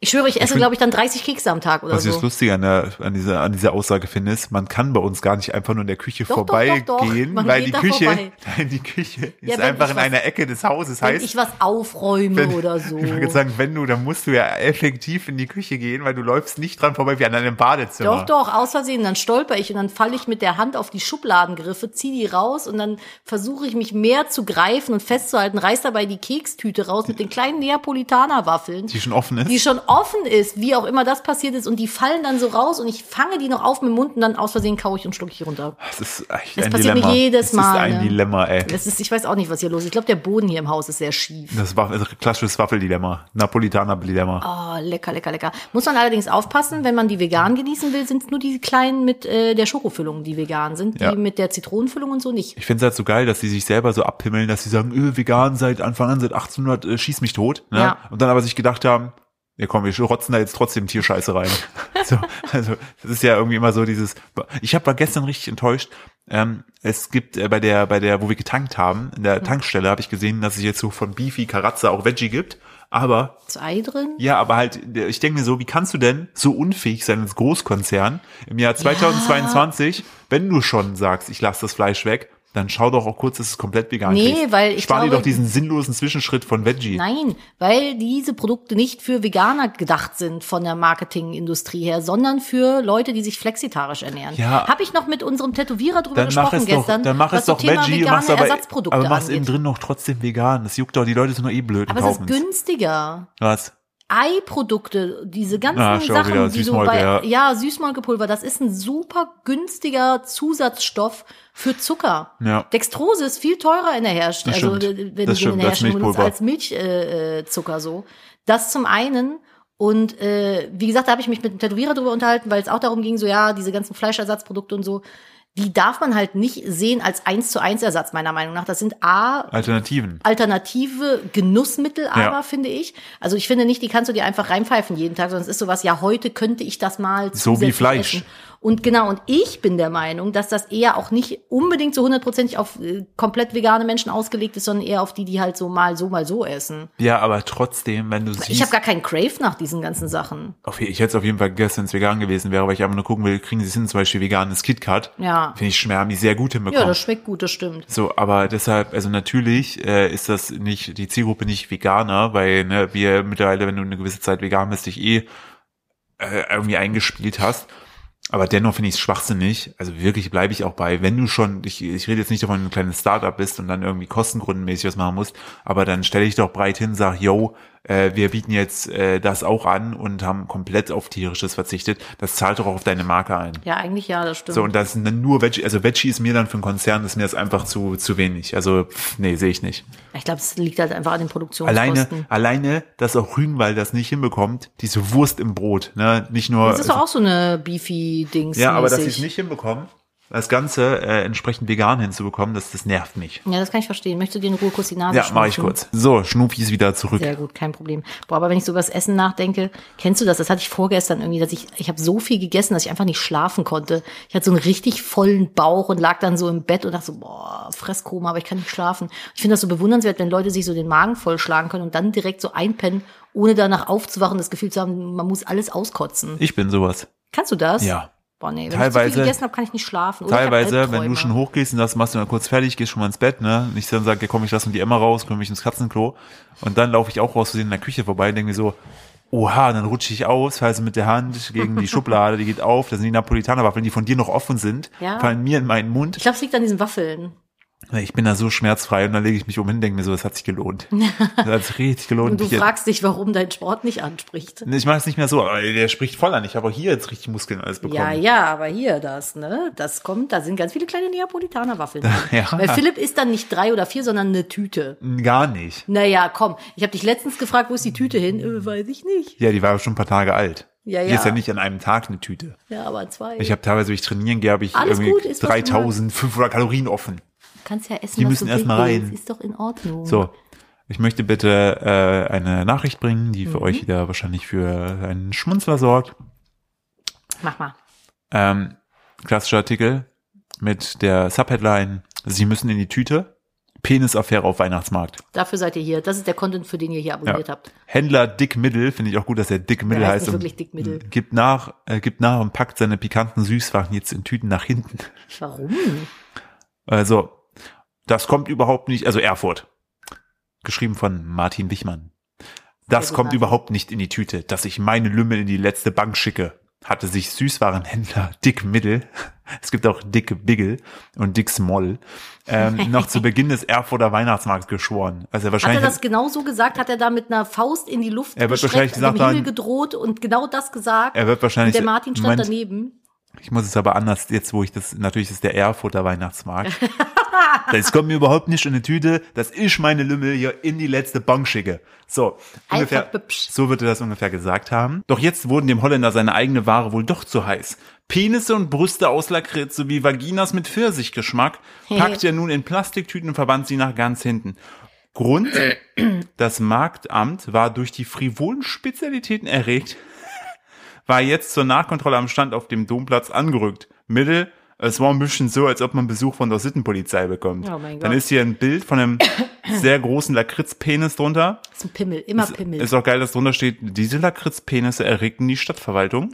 Ich schwöre, ich esse, find- glaube ich, dann 30 Kekse am Tag oder Was ich so. das Lustige an, der, an, dieser, an dieser Aussage finde, ist, man kann bei uns gar nicht einfach nur in der Küche Doch, doch, vorbeigehen, doch, doch. Man weil geht die da Küche, vorbei. nein, die Küche ist Ja, wenn einfach ich in was- einer Ecke des Hauses. Wenn heißt, ich was aufräume wenn- oder so. Ich würde sagen, wenn du, dann musst du ja effektiv in die Küche gehen, weil du läufst nicht dran vorbei wie an einem Badezimmer. Doch, doch, aus Versehen. Dann stolper ich und dann falle ich mit der Hand auf die Schubladengriffe, ziehe die raus und dann versuche ich mich mehr zu greifen und festzuhalten, reiß dabei die Kekstüte raus mit den kleinen Neapolitaner-Waffeln. Die schon offen ist. die schon offen ist, wie auch immer das passiert ist, und die fallen dann so raus und ich fange die noch auf mit dem Mund und dann aus Versehen kaue ich und schlucke ich runter. das ist echt Das ein passiert mir Dilemma. jedes das Mal, ist ein ne? Dilemma, ey. Das ist, ich weiß auch nicht, was hier los ist. Ich glaube, der Boden hier im Haus ist sehr schief. Das war ein klassisches Waffeldilemma. Napolitaner-Dilemma. Oh, lecker, lecker, lecker. Muss man allerdings aufpassen, wenn man die vegan genießen will, sind nur die kleinen mit äh, der Schokofüllung, die vegan sind, die Ja. mit der Zitronenfüllung und so nicht. Ich finde es halt so geil, dass sie sich selber so abhimmeln, dass sie sagen, öh, vegan seit Anfang an, seit 1800, äh, schieß mich tot. Ne? Ja. Und dann aber sich gedacht haben, ja komm, wir rotzen da jetzt trotzdem Tierscheiße rein. so, also das ist ja irgendwie immer so dieses, ich hab, war gestern richtig enttäuscht, ähm, es gibt äh, bei der, bei der, wo wir getankt haben, in der Tankstelle habe ich gesehen, dass es jetzt so von Beefy, Karatza auch Veggie gibt, aber Ist Ei drin? ja, aber halt, der- ich denke mir so, wie kannst du denn so unfähig sein als Großkonzern im Jahr 2022, wenn du schon sagst, ich lasse das Fleisch weg, dann schau doch auch kurz, dass es komplett vegan Nee, kriegst. weil ich Spar dir glaube- doch diesen sinnlosen Zwischenschritt von Veggie. Nein, weil diese Produkte nicht für Veganer gedacht sind von der Marketingindustrie her, sondern für Leute, die sich flexitarisch ernähren. Ja. Habe ich noch mit unserem Tätowierer drüber Dann mach gesprochen es doch, gestern. dann mach was es doch so Thema Veggie, vegane mach's aber, Ersatzprodukte aber mach's innen angeht. drin noch trotzdem vegan. Das juckt doch, die Leute sind doch eh blöd Aber und es kaufen ist günstiger. Was? Eiprodukte, diese ganzen Ah, schon Sachen, wieder die du Süßmolke, bei ja. ja Süßmolkepulver, das ist ein super günstiger Zusatzstoff für Zucker. Ja. Dextrose ist viel teurer in der Das Herstellung, also stimmt. wenn Das du den in stimmt, der als Herstellung benutzt Milchpulver. als Milchzucker äh, Zucker so. Das zum einen Und äh, wie gesagt, da habe ich mich mit einem Tätowierer drüber unterhalten, weil es auch darum ging, so ja, diese ganzen Fleischersatzprodukte und so, die darf man halt nicht sehen als eins zu eins Ersatz meiner Meinung nach. Das sind A Alternativen. alternative Genussmittel, aber Ja. finde ich. Also ich finde nicht, die kannst du dir einfach reinpfeifen jeden Tag, sondern es ist sowas, ja, heute könnte ich das mal So wie zusätzlich Fleisch. essen. Und genau, und ich bin der Meinung, dass das eher auch nicht unbedingt so hundertprozentig auf äh, komplett vegane Menschen ausgelegt ist, sondern eher auf die, die halt so mal so, mal so essen. Ja, aber trotzdem, wenn du siehst, Ich habe gar keinen Crave nach diesen ganzen Sachen. auf, je- ich hätte es auf jeden Fall gegessen, wenn es vegan gewesen wäre, weil ich einfach nur gucken will, kriegen sie es hin, zum Beispiel veganes KitKat. Ja. Finde ich schwer, haben die sehr gut hinbekommen. Ja, das schmeckt gut, das stimmt. So, aber deshalb, also natürlich äh, ist das nicht die Zielgruppe nicht Veganer, weil ne, wir mittlerweile, wenn du eine gewisse Zeit vegan bist, dich eh äh, irgendwie eingespielt hast. Aber dennoch finde ich es schwachsinnig. Also wirklich bleibe ich auch bei, wenn du schon, ich, ich rede jetzt nicht davon, wenn du ein kleines Startup bist und dann irgendwie kostengründenmäßig was machen musst, aber dann stelle ich doch breit hin, sag, yo, äh, wir bieten jetzt äh, das auch an und haben komplett auf tierisches verzichtet. Das zahlt doch auch auf deine Marke ein. Ja, eigentlich ja, das stimmt. So, und das sind dann nur Veggie, also Veggie ist mir dann für einen Konzern, ist mir das einfach zu, zu wenig. Also, pff, nee, sehe ich nicht. ich glaube, es liegt halt einfach an den Produktionskosten. Alleine, alleine, dass auch Rügenwald das nicht hinbekommt, diese Wurst im Brot, ne, nicht nur. Das ist doch auch so eine Beefy-Dings. ja, aber dass sie mäßig. es nicht hinbekommen, das Ganze äh, entsprechend vegan hinzubekommen, das, das nervt mich. Ja, das kann ich verstehen. Möchtest du dir in Ruhe kurz die Nase Ja, mache ich Also schnupfen? kurz. So, Schnupi ist wieder zurück. Sehr gut, kein Problem. Boah, aber wenn ich so über das Essen nachdenke, kennst du das? Das hatte ich vorgestern irgendwie, dass ich, ich habe so viel gegessen, dass ich einfach nicht schlafen konnte. Ich hatte so einen richtig vollen Bauch und lag dann so im Bett und dachte so, boah, Fresskoma, aber ich kann nicht schlafen. Ich finde das so bewundernswert, wenn Leute sich so den Magen vollschlagen können und dann direkt so einpennen, ohne danach aufzuwachen, das Gefühl zu haben, man muss alles auskotzen. Ich bin sowas. Kannst du das? Ja. Boah, nee, wenn ich zu Teilweise- viel gegessen habe, kann ich nicht schlafen. Oder ich hab Teilweise, wenn du Albträume. schon hochgehst und das machst du mal kurz fertig, gehst schon mal ins Bett, ne? Und ich dann sage, ja, komm, ich lass mit die Emma raus, komm ich ins Katzenklo. Und dann laufe ich auch raus zu denen in der Küche vorbei und denke mir so, oha, dann rutsche ich aus, falle so mit der Hand gegen die Schublade, die geht auf, da sind die Napolitanerwaffeln, die von dir noch offen sind, Ja. fallen mir in meinen Mund. Ich glaube, es liegt an diesen Waffeln. Ich bin da so schmerzfrei und dann lege ich mich um hin, denke mir so, das hat sich gelohnt. Das hat sich richtig gelohnt. Und du mich jetzt- fragst dich, warum dein Sport nicht anspricht. Nee, ich mache es nicht mehr so, aber der spricht voll an. Ich habe auch hier jetzt richtig Muskeln alles bekommen. Ja, ja, aber hier das, ne? Das kommt, da sind ganz viele kleine Neapolitanerwaffeln. Ja. Weil Philipp ist dann nicht drei oder vier, sondern eine Tüte. Gar nicht. Naja, komm, ich habe dich letztens gefragt, wo ist die Tüte hin? Äh, weiß ich nicht. Ja, die war schon ein paar Tage alt. Ja, Die ist ja. ja nicht an einem Tag eine Tüte. Ja, aber zwei. Ich habe teilweise, wenn ich trainieren gehe, habe ich Alles irgendwie gut, ist, was du 3500 Kalorien offen. kannst ja essen, die was müssen du erst mal willst. rein. Ist doch in Ordnung. So, ich möchte bitte äh, eine Nachricht bringen, die Mhm. für euch wieder wahrscheinlich für einen Schmunzler sorgt. Mach mal. Ähm, klassischer Artikel mit der Subheadline, Sie müssen in die Tüte, Penisaffäre auf Weihnachtsmarkt. Dafür seid ihr hier. Das ist der Content, für den ihr hier abonniert habt. Händler Dick Middel, finde ich auch gut, dass er Dick Middel heißt. heißt nicht und wirklich Dick Middel. Gibt nach, äh, gibt nach und packt seine pikanten Süßwaren jetzt in Tüten nach hinten. Warum? Also, das kommt überhaupt nicht, also Erfurt. Geschrieben von Martin Wichmann. Das gut, kommt Martin. überhaupt nicht in die Tüte, dass ich meine Lümmel in die letzte Bank schicke, hatte sich Süßwarenhändler Dick Middel, es gibt auch Dick Bigel und Dick Smoll, ähm, noch zu Beginn des Erfurter Weihnachtsmarkts geschworen. Also Hat er wahrscheinlich, das genau so gesagt? Hat er da mit einer Faust in die Luft Er wird gestreckt wahrscheinlich und dem gesagt haben- Himmel gedroht und genau das gesagt? er wird wahrscheinlich, der Martin stand Moment, daneben. ich muss es aber anders, jetzt wo ich das, natürlich ist der Erfurter Weihnachtsmarkt. Das kommt mir überhaupt nicht in die Tüte, dass ich meine Lümmel hier in die letzte Bank schicke. So, ungefähr, Einfach hübsch. so wird er das ungefähr gesagt haben. Doch jetzt wurden dem Holländer seine eigene Ware wohl doch zu heiß. Penisse und Brüste aus Lakritz sowie Vaginas mit Pfirsichgeschmack packt er nun in Plastiktüten und verband sie nach ganz hinten. Grund, das Marktamt war durch die frivolen Spezialitäten erregt, war jetzt zur Nachkontrolle am Stand auf dem Domplatz angerückt. Mittel, es war ein bisschen so, als ob man Besuch von der Sittenpolizei bekommt. Oh mein Dann Gott. ist hier ein Bild von einem sehr großen Lakritzpenis drunter. Das ist ein Pimmel, immer Pimmel. Ist auch geil, dass drunter steht, diese Lakritzpenisse erregten die Stadtverwaltung.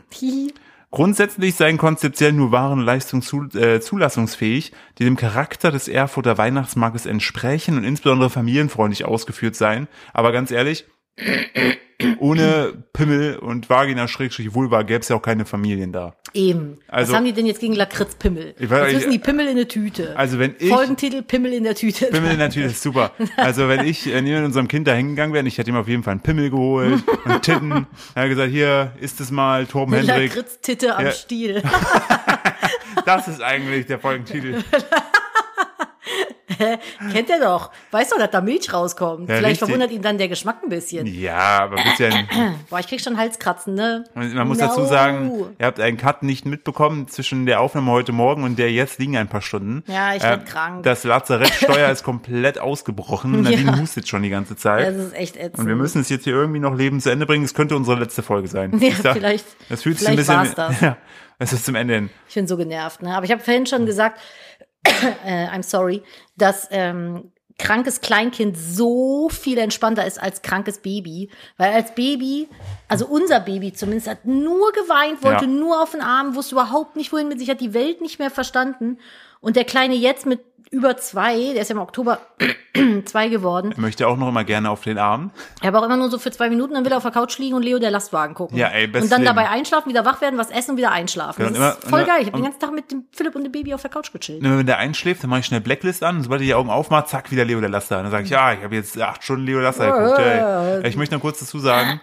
Grundsätzlich seien konzeptiell nur Waren und Leistungen zu, äh, zulassungsfähig, die dem Charakter des Erfurter Weihnachtsmarktes entsprechen und insbesondere familienfreundlich ausgeführt seien. Aber ganz ehrlich, ohne Pimmel und Vagina-Vulva gäbe es ja auch keine Familien da. Eben. Also- Was haben die denn jetzt gegen Lakritzpimmel? Ich weiß- Jetzt müssen die ich- Pimmel in der Tüte. Also wenn ich- Folgentitel Pimmel in der Tüte. Pimmel natürlich ist super. Also wenn ich äh, neben unserem Kind da hingegangen wäre, ich hätte ihm auf jeden Fall einen Pimmel geholt und Titten. Er hat gesagt, hier, isst es mal, Torben Eine Hendrik. Lakritztitte am Ja. Stiel. Das ist eigentlich der Folgentitel. Hä? Kennt er doch. Weiß doch, dass da Milch rauskommt. Ja, Vielleicht richtig. verwundert ihn dann der Geschmack ein bisschen. Ja, aber ein bisschen. Boah, ich krieg schon Halskratzen, ne? Man muss dazu No. sagen, ihr habt einen Cut nicht mitbekommen zwischen der Aufnahme heute Morgen und der jetzt liegen ein paar Stunden. Äh, Ja, ich werd krank. Das Lazarettsteuer ist komplett ausgebrochen. Nadine Ja. Also hustet schon die ganze Zeit. Das ist echt ätzend. Und wir müssen es jetzt hier irgendwie noch Leben zu Ende bringen. Es könnte unsere letzte Folge sein. Ja, Ich sag, vielleicht- Das fühlt sich ein vielleicht bisschen. war's das. Ja, es ist zum Ende hin. Ich bin so genervt, ne? Aber ich habe vorhin schon gesagt, äh, I'm sorry, dass ähm, krankes Kleinkind so viel entspannter ist als krankes Baby. Weil als Baby, also unser Baby zumindest, hat nur geweint, wollte Ja. nur auf den Arm, wusste überhaupt nicht, wohin mit sich, hat die Welt nicht mehr verstanden. Und der Kleine jetzt mit über zwei, der ist ja im Oktober zwei geworden, Er möchte auch noch immer gerne auf den Arm. er aber auch immer nur so für zwei Minuten, dann will er auf der Couch liegen und Leo der Lastwagen gucken. Ja, ey, bestes Und dann Leben. dabei einschlafen, wieder wach werden, was essen und wieder einschlafen. Genau, das und ist immer- voll und- geil. Ich habe den und- ganzen Tag mit dem Philipp und dem Baby auf der Couch gechillt. Und wenn der einschläft, dann mache ich schnell Blacklist an. Und sobald er die Augen aufmacht, zack, wieder Leo der Laster. Und dann sage ich, ja, ich habe jetzt acht Stunden Leo Laster geguckt. Oh. Ey. Ich möchte noch kurz dazu sagen,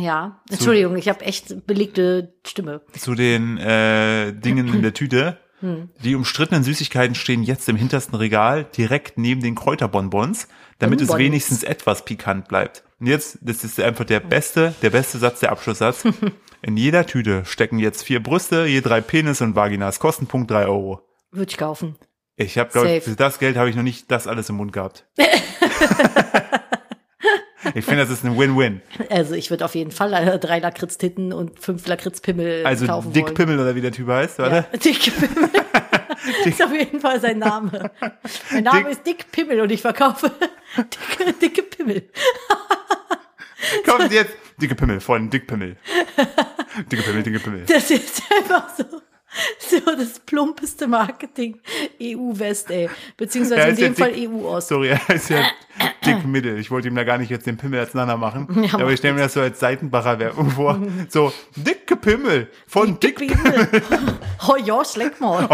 Ja, Entschuldigung, ich habe echt belegte Stimme. zu den äh, Dingen in der Tüte. Hm. Die umstrittenen Süßigkeiten stehen jetzt im hintersten Regal, direkt neben den Kräuterbonbons, damit es Bonbons. wenigstens etwas pikant bleibt. Und jetzt, das ist einfach der beste, der beste Satz, der Abschlusssatz. In jeder Tüte stecken jetzt vier Brüste, je drei Penis und Vaginas. Kostenpunkt drei Euro. Würde ich kaufen. Ich habe, glaube ich, Safe. für das Geld habe ich noch nicht das alles im Mund gehabt. ich finde, das ist ein Win-Win. Also ich würde auf jeden Fall äh, drei Lakritztitten und fünf Lakritzpimmel Also kaufen Dick wollen. Pimmel oder wie der Typ heißt, warte. Ja, Dick Pimmel. ist auf jeden Fall sein Name. Mein Name Dick- ist Dick Pimmel und ich verkaufe dicke, dicke Pimmel. Kommt jetzt. Dicke Pimmel von Dick Pimmel. Dicke Pimmel, dicke Pimmel. Das ist einfach so, so das plumpeste Marketing EU-West, ey. Beziehungsweise Ja, in ist ja dem Fall E dick. EU-Ost. Sorry, er ist ja Dick Mittel. Ich wollte ihm da gar nicht jetzt den Pimmel als Nana machen. Ja, aber macht ich stelle mir das so als Seitenbacher Werbung vor. So, dicke Pimmel von Dick Pimmel. Oh ja, schleck mal.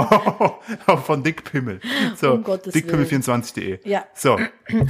Oh, von Dick Pimmel. So, Um Gottes dickpimmel24.de. Ja. So,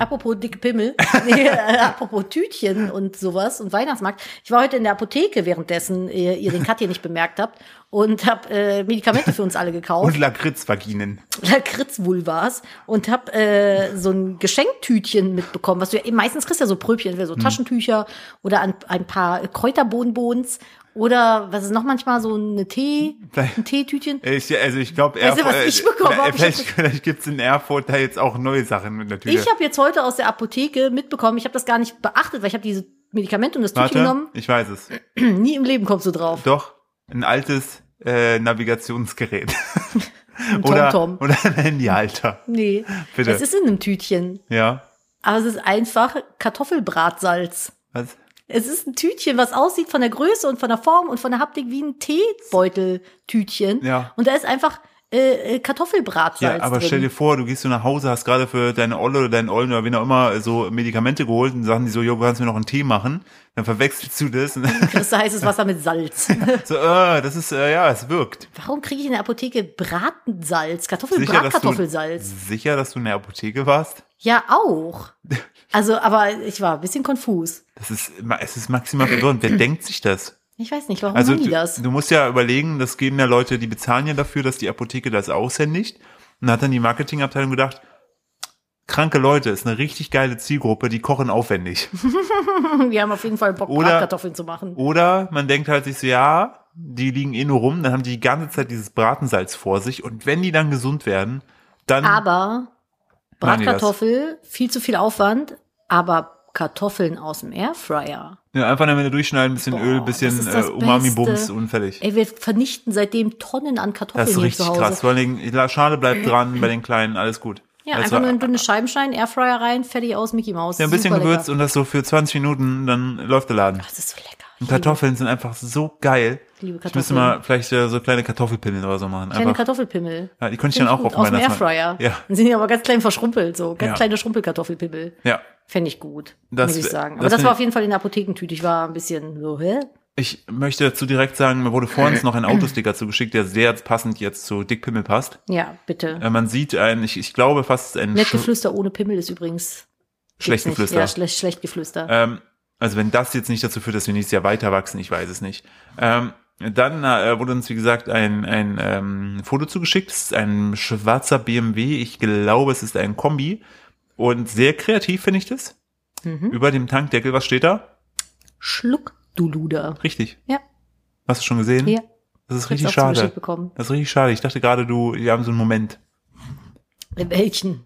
Apropos dicke Pimmel, nee, äh, apropos Tütchen und sowas und Weihnachtsmarkt. Ich war heute in der Apotheke, währenddessen ihr, ihr den Cut hier nicht bemerkt habt und habe äh, Medikamente für uns alle und gekauft, Lakritzvaginen. Lakritzvulvas und habe äh, so ein Geschenktütchen mitbekommen, was du ja, meistens kriegst du ja so Pröbchen, entweder so Hm. Taschentücher oder ein, ein paar Kräuterbohnenbons oder was ist noch manchmal so eine Tee, ein Teetütchen. Ich, also ich glaube, Weißt du, was ich bekommen hab? Ich vielleicht, hab- vielleicht gibt's in Erfurt da jetzt auch neue Sachen mit natürlich. Ich habe jetzt heute aus der Apotheke mitbekommen, ich habe das gar nicht beachtet, weil ich habe diese Medikamente und das Tütchen Warte, genommen. ich weiß es. Nie im Leben kommst du drauf. Doch, ein altes äh, Navigationsgerät. oder, TomTom. oder ein Handyhalter. Nee. Bitte. Es ist in einem Tütchen. Ja. Aber es ist einfach Kartoffelbratsalz. Was? Es ist ein Tütchen, was aussieht von der Größe und von der Form und von der Haptik wie ein Teebeuteltütchen. Ja. Und da ist einfach äh, äh, Ja, Kartoffelbratsalz aber drin. stell dir vor, du gehst so nach Hause, hast gerade für deine Olle oder deinen Ollen oder wen auch immer so Medikamente geholt und sagen die so, jo, kannst du mir noch einen Tee machen? Dann verwechselst du das und Kriegst du heißes Wasser mit Salz. so, äh, das ist, äh, ja, es wirkt. Warum kriege ich in der Apotheke Bratensalz? Sicher, dass du, Kartoffelbratkartoffelsalz. sicher, dass du in der Apotheke warst? Ja, auch. Also, aber ich war ein bisschen konfus. Das ist, es ist maximal verwirrend. Wer denkt sich das? Ich weiß nicht, warum Also machen die du, das? du musst ja überlegen, das geben ja Leute, die bezahlen ja dafür, dass die Apotheke das aushändigt. Und da hat dann die Marketingabteilung gedacht, kranke Leute ist eine richtig geile Zielgruppe, die kochen aufwendig. Wir haben auf jeden Fall Bock, Oder- Bratkartoffeln zu machen. Oder man denkt halt sich so, ja, die liegen eh nur rum, dann haben die die ganze Zeit dieses Bratensalz vor sich und wenn die dann gesund werden, dann Aber Machen die das? Bratkartoffel, viel zu viel Aufwand, aber Kartoffeln aus dem Airfryer. ja, einfach eine Minute durchschneiden, ein bisschen Boah, Öl, ein bisschen das ist das äh, Umami-Bums Beste. und fertig. Ey, wir vernichten seitdem Tonnen an Das Kartoffeln ist hier zu richtig Hause. krass. Vor allen Dingen, Schale bleibt dran bei den Kleinen, alles gut. Ja, das einfach nur war, in dünne Scheiben schneiden, Airfryer rein, fertig aus, Mickey Mouse. ja, ein bisschen Super gewürzt lecker. und das so für 20 Minuten, dann läuft der Laden. Das ist so lecker. Und Kartoffeln sind einfach so geil. Ich liebe Ich müsste Kartoffeln. mal vielleicht äh, so kleine Kartoffelpinnen oder so machen. Kleine einfach. Kartoffelpimmel. Ja, die könnte ich Find dann auch gut. auf Aus dem Weihnachtsmarkt- Airfryer. Ja. Dann sind die aber ganz klein verschrumpelt, so. Ganz Ja. kleine Schrumpelkartoffelpimmel. ja. Fände ich gut, Das muss ich wär- sagen. Aber das das, find war ich- auf jeden Fall in der Apothekentüte. Ich war ein bisschen so, hä? Ich möchte dazu direkt sagen, mir wurde vorhin noch ein Autosticker zugeschickt, der sehr passend jetzt zu Dick Pimmel passt. Ja, bitte. Äh, man sieht ein, ich, ich glaube fast ein Nett Sch Geflüster ohne Pimmel ist übrigens. gibt's schlecht nicht. Geflüster. Ja, schlecht, schlecht Geflüster. ähm, also wenn das jetzt nicht dazu führt, dass wir nächstes Jahr weiter wachsen, ich weiß es nicht. Ähm, Dann äh, wurde uns, wie gesagt, ein, ein ähm, Foto zugeschickt. Es ist ein schwarzer BMW. Ich glaube, es ist ein Kombi. Und sehr kreativ finde ich das. Über dem Tankdeckel, was steht da? Mhm. Schluck, du Luder. Richtig. Ja. Hast du schon gesehen? Ja. Das ist hab's Mhm. richtig auch zugeschickt schade. bekommen. Das ist richtig schade. Ich dachte gerade, du, wir haben so einen Moment. Welchen?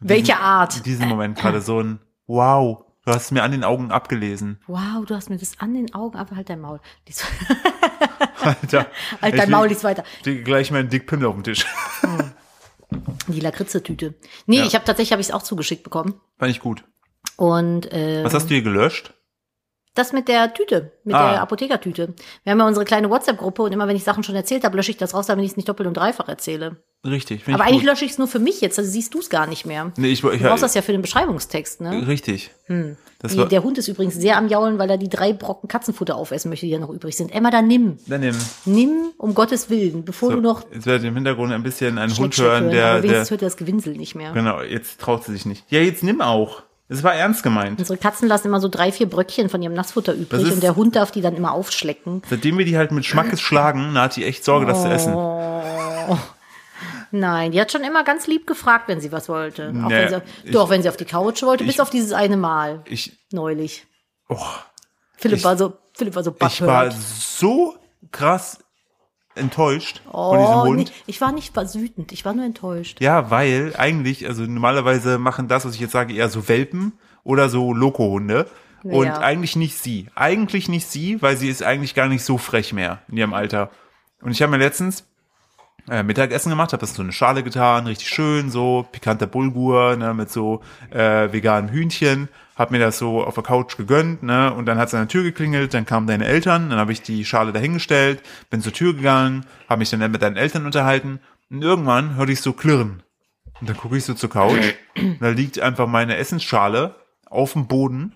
Welche In Art? diesem Moment gerade so ein Wow. Du hast es mir an den Augen abgelesen. Wow, du hast mir das an den Augen, aber halt dein Maul. Dies- Alter. Halt Ich dein Maul, leg- lies weiter. leg Gleich meinen Dickpimmel auf den Tisch. Die Lakritze-Tüte. Nee, Ja. ich habe tatsächlich habe ich es auch zugeschickt bekommen. Fand ich gut. Und äh, Was hast du hier gelöscht? das mit der Tüte, mit Ah. der Apothekertüte. Wir haben ja unsere kleine WhatsApp-Gruppe und immer wenn ich Sachen schon erzählt habe, lösche ich das raus, damit ich es nicht doppelt und dreifach erzähle. Richtig. find Aber ich eigentlich gut. lösche ich es nur für mich jetzt, also siehst du es gar nicht mehr. Nee, ich, ich, Du brauchst das ja für den Beschreibungstext, ne? Richtig. äh, Das Die, war, der Hund ist übrigens sehr am Jaulen, weil er die drei Brocken Katzenfutter aufessen möchte, die ja noch übrig sind. Emma, dann nimm. dann nimm. Nimm, um Gottes Willen, bevor du noch Jetzt werdet ihr im Hintergrund ein bisschen einen Schleck, Hund Schleck hören, hören, der, aber der, wenigstens hört er das Gewinsel nicht mehr. genau, jetzt traut sie sich nicht. Ja, jetzt nimm auch. Es war ernst gemeint. Unsere Katzen lassen immer so drei, vier Bröckchen von ihrem Nassfutter Das übrig ist- und der Hund darf die dann immer aufschlecken. Seitdem wir die halt mit Schmackes schlagen, na, hat die echt Sorge, das zu essen. Oh. Nein, die hat schon immer ganz lieb gefragt, wenn sie was wollte. Auch Nee, wenn sie, ich- doch, wenn sie auf die Couch wollte, bis ich- auf dieses eine Mal Ich, neulich. oh, Philipp Ich- war so, Philipp war so ich war backhört. so krass enttäuscht von diesem Oh, Hund. nee, ich war nicht war wütend, ich war nur enttäuscht. Ja, weil eigentlich, also normalerweise machen das, was ich jetzt sage, eher so Welpen oder so Lokohunde. Und Ja. eigentlich nicht sie. Eigentlich nicht sie, weil sie ist eigentlich gar nicht so frech mehr in ihrem Alter. Und ich habe mir letztens äh, Mittagessen gemacht, habe das in so eine Schale getan, richtig schön, so pikanter Bulgur, ne, mit so äh, veganem Hühnchen, habe mir das so auf der Couch gegönnt, ne, und dann hat's an der Tür geklingelt, dann kamen deine Eltern, dann habe ich die Schale dahingestellt, bin zur Tür gegangen, habe mich dann mit deinen Eltern unterhalten und irgendwann hörte ich so klirren. Und dann gucke ich so zur Couch, und da liegt einfach meine Essensschale auf dem Boden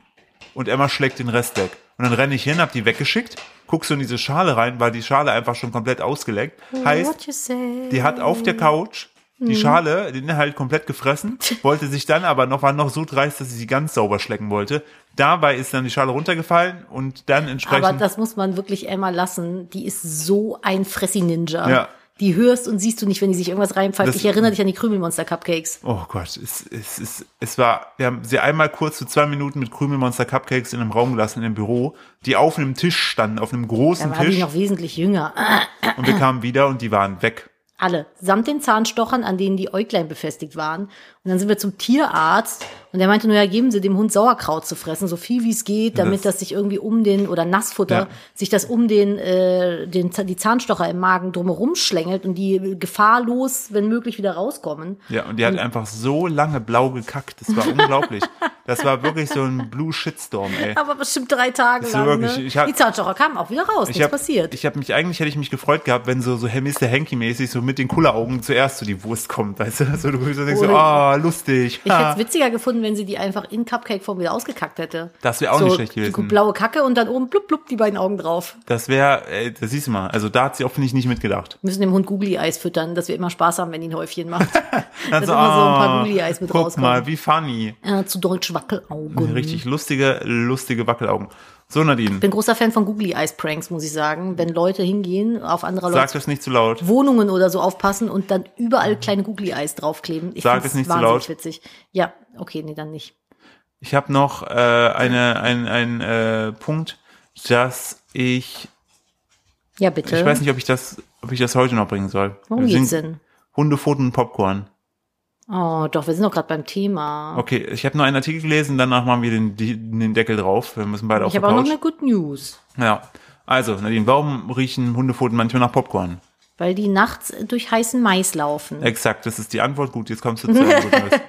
und Emma schlägt den Rest weg. Und dann renne ich hin, hab die weggeschickt, guck so in diese Schale rein, weil die Schale einfach schon komplett ausgeleckt. Heißt, What you say? Mhm. die hat auf der Couch die Schale, den Inhalt komplett gefressen, wollte sich dann aber noch, war noch so dreist, dass sie sie ganz sauber schlecken wollte. Dabei ist dann die Schale runtergefallen und dann entsprechend. Aber das muss man wirklich Emma lassen. Die ist so ein Fressi-Ninja. Ja. Die hörst und siehst du nicht, wenn die sich irgendwas reinpfeift. Das- Ich erinnere dich an die Krümelmonster-Cupcakes. oh Gott, es, es, es, es war, wir haben sie einmal kurz zu zwei Minuten mit Krümelmonster Cupcakes in einem Raum gelassen, in einem Büro, die auf einem Tisch standen, auf einem Da großen waren die Tisch. noch wesentlich jünger. Und wir kamen wieder und die waren weg. Alle. Samt den Zahnstochern, an denen die Äuglein befestigt waren. Und dann sind wir zum Tierarzt und der meinte nur, ja, geben Sie dem Hund Sauerkraut zu fressen, so viel wie es geht, damit das, sich irgendwie um den, oder Nassfutter, Ja. sich das um den, äh, den, Zahn- die Zahnstocher im Magen drumherum schlängelt und die gefahrlos, wenn möglich, wieder rauskommen. Ja, und die hat einfach so lange blau gekackt. Das war unglaublich. Das war wirklich so ein Blue Shitstorm, ey. Aber bestimmt drei Tage Ist lang. wirklich- ne? ich hab- die Zahnstocher kamen auch wieder raus. Ich nichts hab, passiert. Ich habe mich eigentlich hätte ich mich gefreut gehabt, wenn so so Herr Mr. Hanky mäßig so mit den Kulleraugen zuerst so die Wurst kommt, weißt du? So du guckst und denkst so, Oder- ah, lustig. ich hätte ha. es witziger gefunden, wenn sie die einfach in Cupcake-Form wieder ausgekackt hätte. Das wäre auch so, nicht schlecht die gewesen. Blaue Kacke und dann oben blub blub die beiden Augen drauf. Das wäre, äh, das siehst du mal. Also da hat sie auch finde ich nicht mitgedacht. Wir müssen dem Hund Googly-Eis füttern, dass wir immer Spaß haben, wenn die ein Häufchen macht. Dann Dass immer so ein paar Guli-Eis mit Also, ah, guck rauskommen. mal, wie funny. äh, zu deutsch Wackelaugen. Richtig lustige, lustige Wackelaugen. So Nadine, Bin großer Fan von Googly-Eis-Pranks, muss ich sagen. Wenn Leute hingehen, auf andere sag Leute das nicht zu laut. Wohnungen oder so aufpassen und dann überall kleine Googly-Eis draufkleben. Ich Sag find's es nicht zu wahnsinnig laut. witzig. Ja, okay, nee, dann nicht. Ich habe noch äh, eine, ein, ein äh, Punkt, dass ich, Ja, bitte. Oh, ich weiß nicht, ob ich das, ob ich das heute noch bringen soll. Worum Wir geht's sind denn? Hunde, Pfoten und Popcorn. Oh, doch, wir sind doch gerade beim Thema. Okay, ich habe nur einen Artikel gelesen, danach machen wir den, die- den Deckel drauf. Wir müssen beide auf Ich die habe auch noch eine Couch. Good News. Ja. Also, Nadine, warum riechen Hundefoten manchmal nach Popcorn? Weil die nachts durch heißen Mais laufen. Exakt, das ist die Antwort. Gut, jetzt kommst du zu einem guten Rest.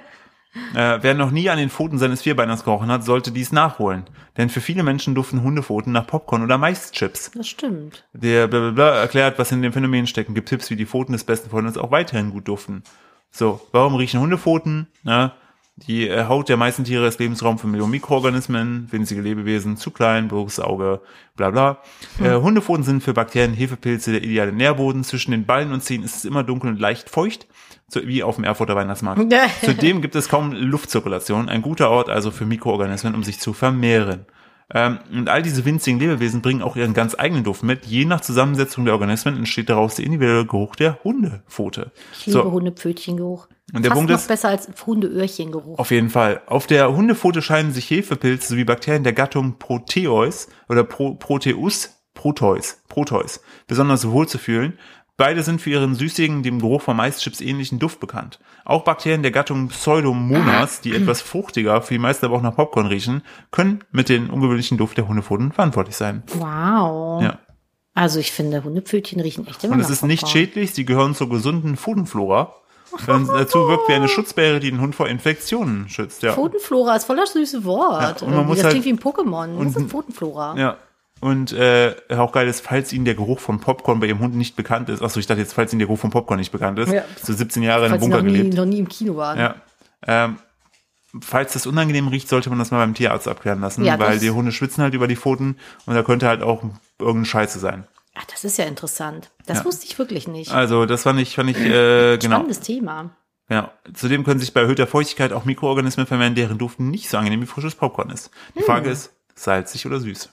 Äh, wer noch nie an den Pfoten seines Vierbeiners gerochen hat, sollte dies nachholen. Denn für viele Menschen duften Hundefoten nach Popcorn oder Maischips. Das stimmt. Der blablabla erklärt, was in dem Phänomen steckt und gibt Tipps, wie die Pfoten des besten Freundes auch weiterhin gut duften. So, warum riechen Hundefoten? Na, die äh, Haut der meisten Tiere ist Lebensraum für Millionen Mikroorganismen, winzige Lebewesen, zu klein, bloßes Auge, bla bla. Äh, Hundefoten sind für Bakterien, Hefepilze der ideale Nährboden. Zwischen den Ballen und Zehen ist es immer dunkel und leicht feucht, so wie auf dem Erfurter Weihnachtsmarkt. Zudem gibt es kaum Luftzirkulation, ein guter Ort also für Mikroorganismen, um sich zu vermehren. Ähm, und all diese winzigen Lebewesen bringen auch ihren ganz eigenen Duft mit. Je nach Zusammensetzung der Organismen entsteht daraus der individuelle Geruch der Hundepfote. Ich liebe Hundepfötchengeruch. Und der Fast Punkt noch ist- besser als Hundeöhrchengeruch. Auf jeden Fall. Auf der Hundepfote scheinen sich Hefepilze sowie Bakterien der Gattung Proteus oder Pro Proteus, Proteus, Proteus besonders wohlzufühlen. Beide sind für ihren süßigen, dem Geruch von Maischips ähnlichen Duft bekannt. Auch Bakterien der Gattung Pseudomonas, die etwas fruchtiger, für die meisten aber auch nach Popcorn riechen, können mit dem ungewöhnlichen Duft der Hundepfoten verantwortlich sein. Wow. Ja. Also ich finde, Hundepfötchen riechen echt immer Und es nach ist nicht Popcorn. schädlich, sie gehören zur gesunden Fodenflora. Und dazu wirkt wie eine Schutzbeere, die den Hund vor Infektionen schützt. Ja. Pfotenflora ist voll das süße Wort. Ja, und man muss das halt- klingt wie ein Pokémon. Das und- ist Pfotenflora. Ja. Und äh, auch geil ist, falls Ihnen der Geruch von Popcorn bei Ihrem Hund nicht bekannt ist, achso, ich dachte jetzt, falls Ihnen der Geruch von Popcorn nicht bekannt ist, Ja. so 17 Jahre in einem Falls sie noch Bunker nie, gelebt. noch nie im Kino waren. Ja. Ähm, falls das unangenehm riecht, sollte man das mal beim Tierarzt abklären lassen, Ja, das- weil die Hunde schwitzen halt über die Pfoten und da könnte halt auch irgendeine Scheiße sein. Ach, das ist ja interessant. Das Ja. wusste ich wirklich nicht. Also das fand ich, fand ich, äh, genau. Spannendes Thema. Genau. Zudem können sich bei erhöhter Feuchtigkeit auch Mikroorganismen vermehren, deren Duft nicht so angenehm wie frisches Popcorn ist. Die Hm. Frage ist, salzig oder süß?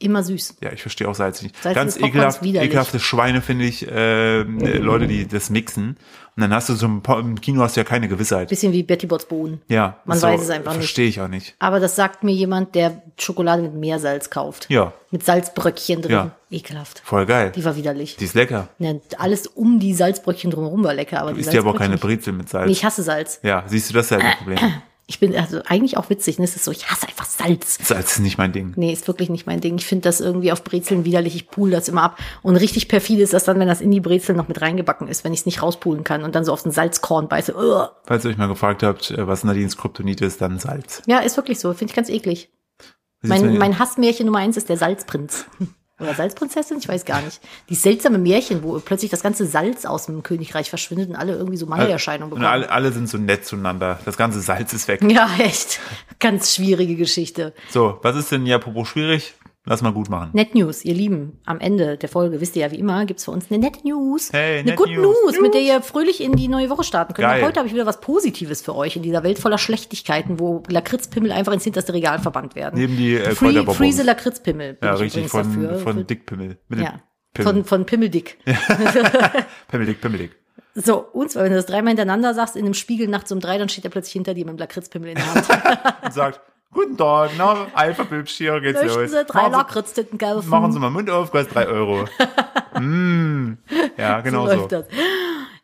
Immer süß. Ja, ich verstehe auch Salz nicht. Salz Ganz ist Popcorn ekelhaft, ist widerlich. ekelhafte Schweine finde ich, äh, äh, Leute, die das mixen. Und dann hast du so ein Po- im Kino hast du ja keine Gewissheit. Bisschen wie Betty Bots Bohnen. Ja, Man so, weiß es einfach nicht. Verstehe ich auch nicht. Aber das sagt mir jemand, der Schokolade mit Meersalz kauft. Ja. Mit Salzbröckchen drin. Ja. Ekelhaft. Voll geil. Die war widerlich. Die ist lecker. Ne, alles um die Salzbröckchen drumherum war lecker, aber die Ist ja aber auch keine Salzbröckchen Brezel mit Salz. nicht. Nee, ich hasse Salz. ja, siehst du, das ist ja ein Problem. Ich bin also eigentlich auch witzig, ne? Es ist so, ich hasse einfach Salz. Salz ist nicht mein Ding. Nee, ist wirklich nicht mein Ding. Ich finde das irgendwie auf Brezeln widerlich. Ich pule das immer ab. Und richtig perfide ist das dann, wenn das in die Brezel noch mit reingebacken ist, wenn ich es nicht rauspulen kann und dann so auf den Salzkorn beiße. Ugh. Falls ihr euch mal gefragt habt, äh, was Nadines Kryptonit ist, dann Salz. Ja, ist wirklich so. Finde ich ganz eklig. Siehst du, Mein, Nadine? mein Hassmärchen Nummer eins ist der Salzprinz. Oder Salzprinzessin, ich weiß gar nicht. Dieses seltsame Märchen, wo plötzlich das ganze Salz aus dem Königreich verschwindet und alle irgendwie so Mangelerscheinungen und bekommen. Äh, alle, alle sind so nett zueinander. Das ganze Salz ist weg. Ja, echt. Ganz schwierige Geschichte. So, was ist denn ja apropos schwierig? Lass mal gut machen. Net News, ihr Lieben, am Ende der Folge, wisst ihr ja wie immer, gibt's für uns eine Net News. Hey, eine Net Good News. News, mit der ihr fröhlich in die neue Woche starten könnt. Geil. Und heute habe ich wieder was Positives für euch in dieser Welt voller Schlechtigkeiten, wo Lakritzpimmel einfach ins hinterste Regal verbannt werden. Neben die, äh, Free, Kräuterbombons. Freeze Lakritzpimmel. bin Ja, ich richtig, übrigens von, dafür. von Dickpimmel. Mit dem ja. Pimmel. Von, von Pimmeldick. Pimmel Dick, Pimmel Dick. So, uns, weil wenn du das dreimal hintereinander sagst, in einem Spiegel nachts um drei, dann steht er plötzlich hinter dir mit dem Lakritzpimmel in der Hand. und sagt, guten Tag, na, Alpha Bibsch, hier geht's Möchten los. sie drei machen, Lakritztitten kaufen? Sie, machen Sie mal Mund auf, kostet drei Euro. mm. Ja, genau so. läuft das.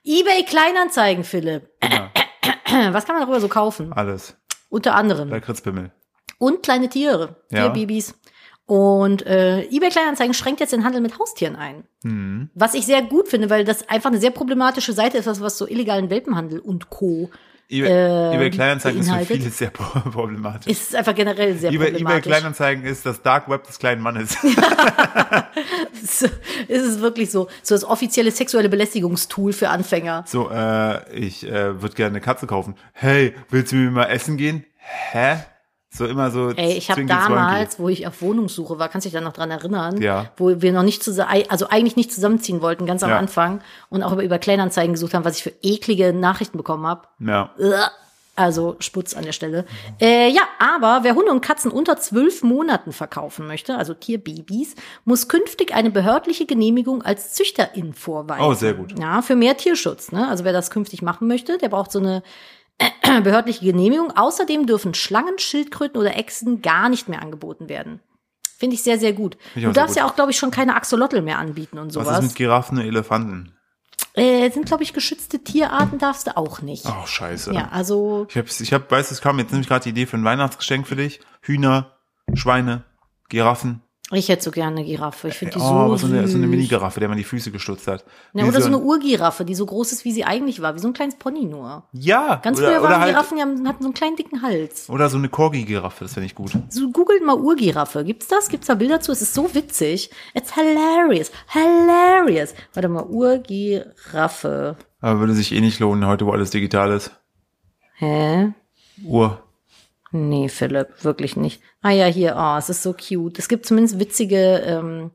eBay Kleinanzeigen, Philipp. Ja. Was kann man darüber so kaufen? Alles. Unter anderem. Lakritzpimmel. Und kleine Tiere, Ja. Tierbabys. Und äh, eBay Kleinanzeigen schränkt jetzt den Handel mit Haustieren ein. Mhm. Was ich sehr gut finde, weil das einfach eine sehr problematische Seite ist, was, was so illegalen Welpenhandel und Co. eBay eBay Kleinanzeigen ist für beinhaltet. viele sehr pro- problematisch. Ähm, ist einfach generell sehr eBay, eBay problematisch. Kleinanzeigen ist das Dark Web des kleinen Mannes. Es ist es wirklich so, so das offizielle sexuelle Belästigungstool für Anfänger. So, äh, ich äh, würde gerne eine Katze kaufen. Hey, willst du mit mir mal essen gehen? Hä? So immer so. Ey, ich habe Zwinki, Zwanki. damals, wo ich auf Wohnungssuche war, kannst du dich da noch dran erinnern, Ja. wo wir noch nicht zusammen, also eigentlich nicht zusammenziehen wollten, ganz am Ja. Anfang und auch über, über Kleinanzeigen gesucht haben, was ich für eklige Nachrichten bekommen habe. Ja. Also Sputz an der Stelle. Äh, ja, aber wer Hunde und Katzen unter zwölf Monaten verkaufen möchte, also Tierbabys, muss künftig eine behördliche Genehmigung als Züchterin vorweisen. Oh, sehr gut. Ja, für mehr Tierschutz. Ne? Also wer das künftig machen möchte, der braucht so eine behördliche Genehmigung. Außerdem dürfen Schlangen, Schildkröten oder Echsen gar nicht mehr angeboten werden. Finde ich sehr, sehr gut. ich Du auch sehr gut. darfst ja auch, glaube ich, schon keine Axolotl mehr anbieten und Was, sowas. ist mit Giraffen und Elefanten? äh, sind, glaube ich, geschützte Tierarten darfst du auch nicht. Oh, scheiße. Ja, also Ich hab's, ich hab, weiß, es kam jetzt nämlich gerade die Idee für ein Weihnachtsgeschenk für dich. Hühner, Schweine, Giraffen. Ich hätte so gerne eine Giraffe. Ich finde die so, Oh, so, eine, so eine süß. Mini-Giraffe, der man die Füße gestutzt hat. Na, Wie oder so ein- eine Urgiraffe, die so groß ist, wie sie eigentlich war. Wie so ein kleines Pony nur. Ja, Ganz oder, früher oder waren halt, Giraffen, die haben, hatten so einen kleinen dicken Hals. Oder so eine Corgi-Giraffe, das finde ich gut. So, googelt mal Urgiraffe. Gibt's das? Gibt's da Bilder zu? Es ist so witzig. It's hilarious. Hilarious. Warte mal, Urgiraffe. Aber würde sich eh nicht lohnen, heute wo alles digital ist. Hä? Uhr. Nee, Philipp, wirklich nicht. Ah ja, hier, oh, es ist so cute. Es gibt zumindest witzige ähm,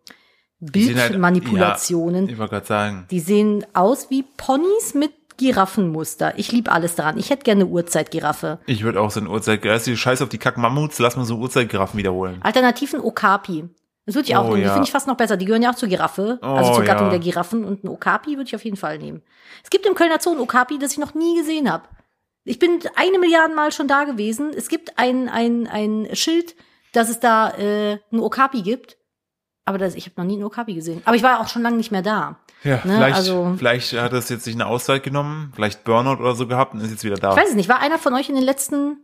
Die sind halt- Bildmanipulationen. Ja, ich wollte gerade sagen. Die sehen aus wie Ponys mit Giraffenmuster. Ich liebe alles daran. Ich hätte gerne eine Urzeitgiraffe. Ich würde auch so ein Uhrzeit, erst die Scheiße auf die Kack-Mammuts, lass mal so Uhrzeitgiraffen wiederholen. Alternativen Okapi. Das würde ich auch Oh, nehmen. Die ja. finde ich fast noch besser. Die gehören ja auch zur Giraffe, also Oh, zur Gattung ja. der Giraffen. Und ein Okapi würde ich auf jeden Fall nehmen. Es gibt im Kölner Zoo ein Okapi, das ich noch nie gesehen habe. Ich bin eine Milliarde Mal schon da gewesen. Es gibt ein, ein, ein Schild, dass es da äh, ein Okapi gibt. Aber das, ich habe noch nie einen Okapi gesehen. Aber ich war auch schon lange nicht mehr da. Ja, Ne, vielleicht, also- vielleicht hat es jetzt sich eine Auszeit genommen, vielleicht Burnout oder so gehabt und ist jetzt wieder da. Ich weiß es nicht. War einer von euch in den letzten.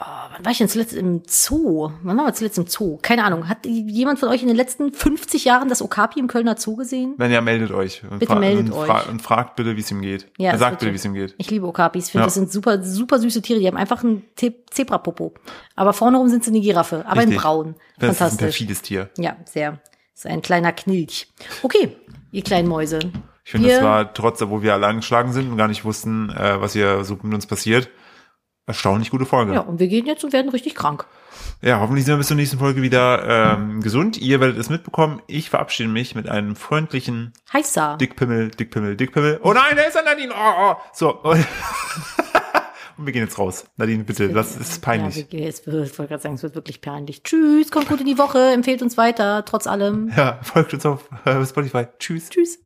Oh, wann war ich denn zuletzt im Zoo? Wann waren wir zuletzt im Zoo? Keine Ahnung. Hat jemand von euch in den letzten 50 Jahren das Okapi im Kölner Zoo gesehen? Wenn ja, meldet euch. Und Bitte meldet und fra- euch. Und fragt bitte, wie es ihm geht. Ja, Ja, das sagt wird bitte, so. wie es ihm geht. Ich liebe Okapis. Ich finde, Ja. das sind super, super süße Tiere. Die haben einfach einen Te- Zebrapopo. Aber vorne rum sind sie eine Giraffe, aber in Richtig. braun. Das ist ein Fantastisch. perfides Tier. ja, sehr. Das ist ein kleiner Knilch. Okay, ihr kleinen Mäuse. Ich finde, das Wir- war trotz, obwohl wir alle angeschlagen sind und gar nicht wussten, äh, was hier so mit uns passiert, erstaunlich gute Folge. Ja, Ja, und wir gehen jetzt und werden richtig krank. hoffentlich sind wir bis zur nächsten Folge wieder ähm, gesund. Ihr werdet es mitbekommen. Ich verabschiede mich mit einem freundlichen Heißer. Dickpimmel, Dickpimmel, Dickpimmel. Oh nein, da ist er, Nadine. Oh, oh. So. Und und wir gehen jetzt raus. Nadine, bitte, das ist peinlich. Ja, wir- es wird, ich wollte gerade sagen, es wird wirklich peinlich. Tschüss, kommt gut in die Woche, empfehlt uns weiter, trotz allem. Ja, folgt uns auf äh, Spotify. Tschüss. Tschüss.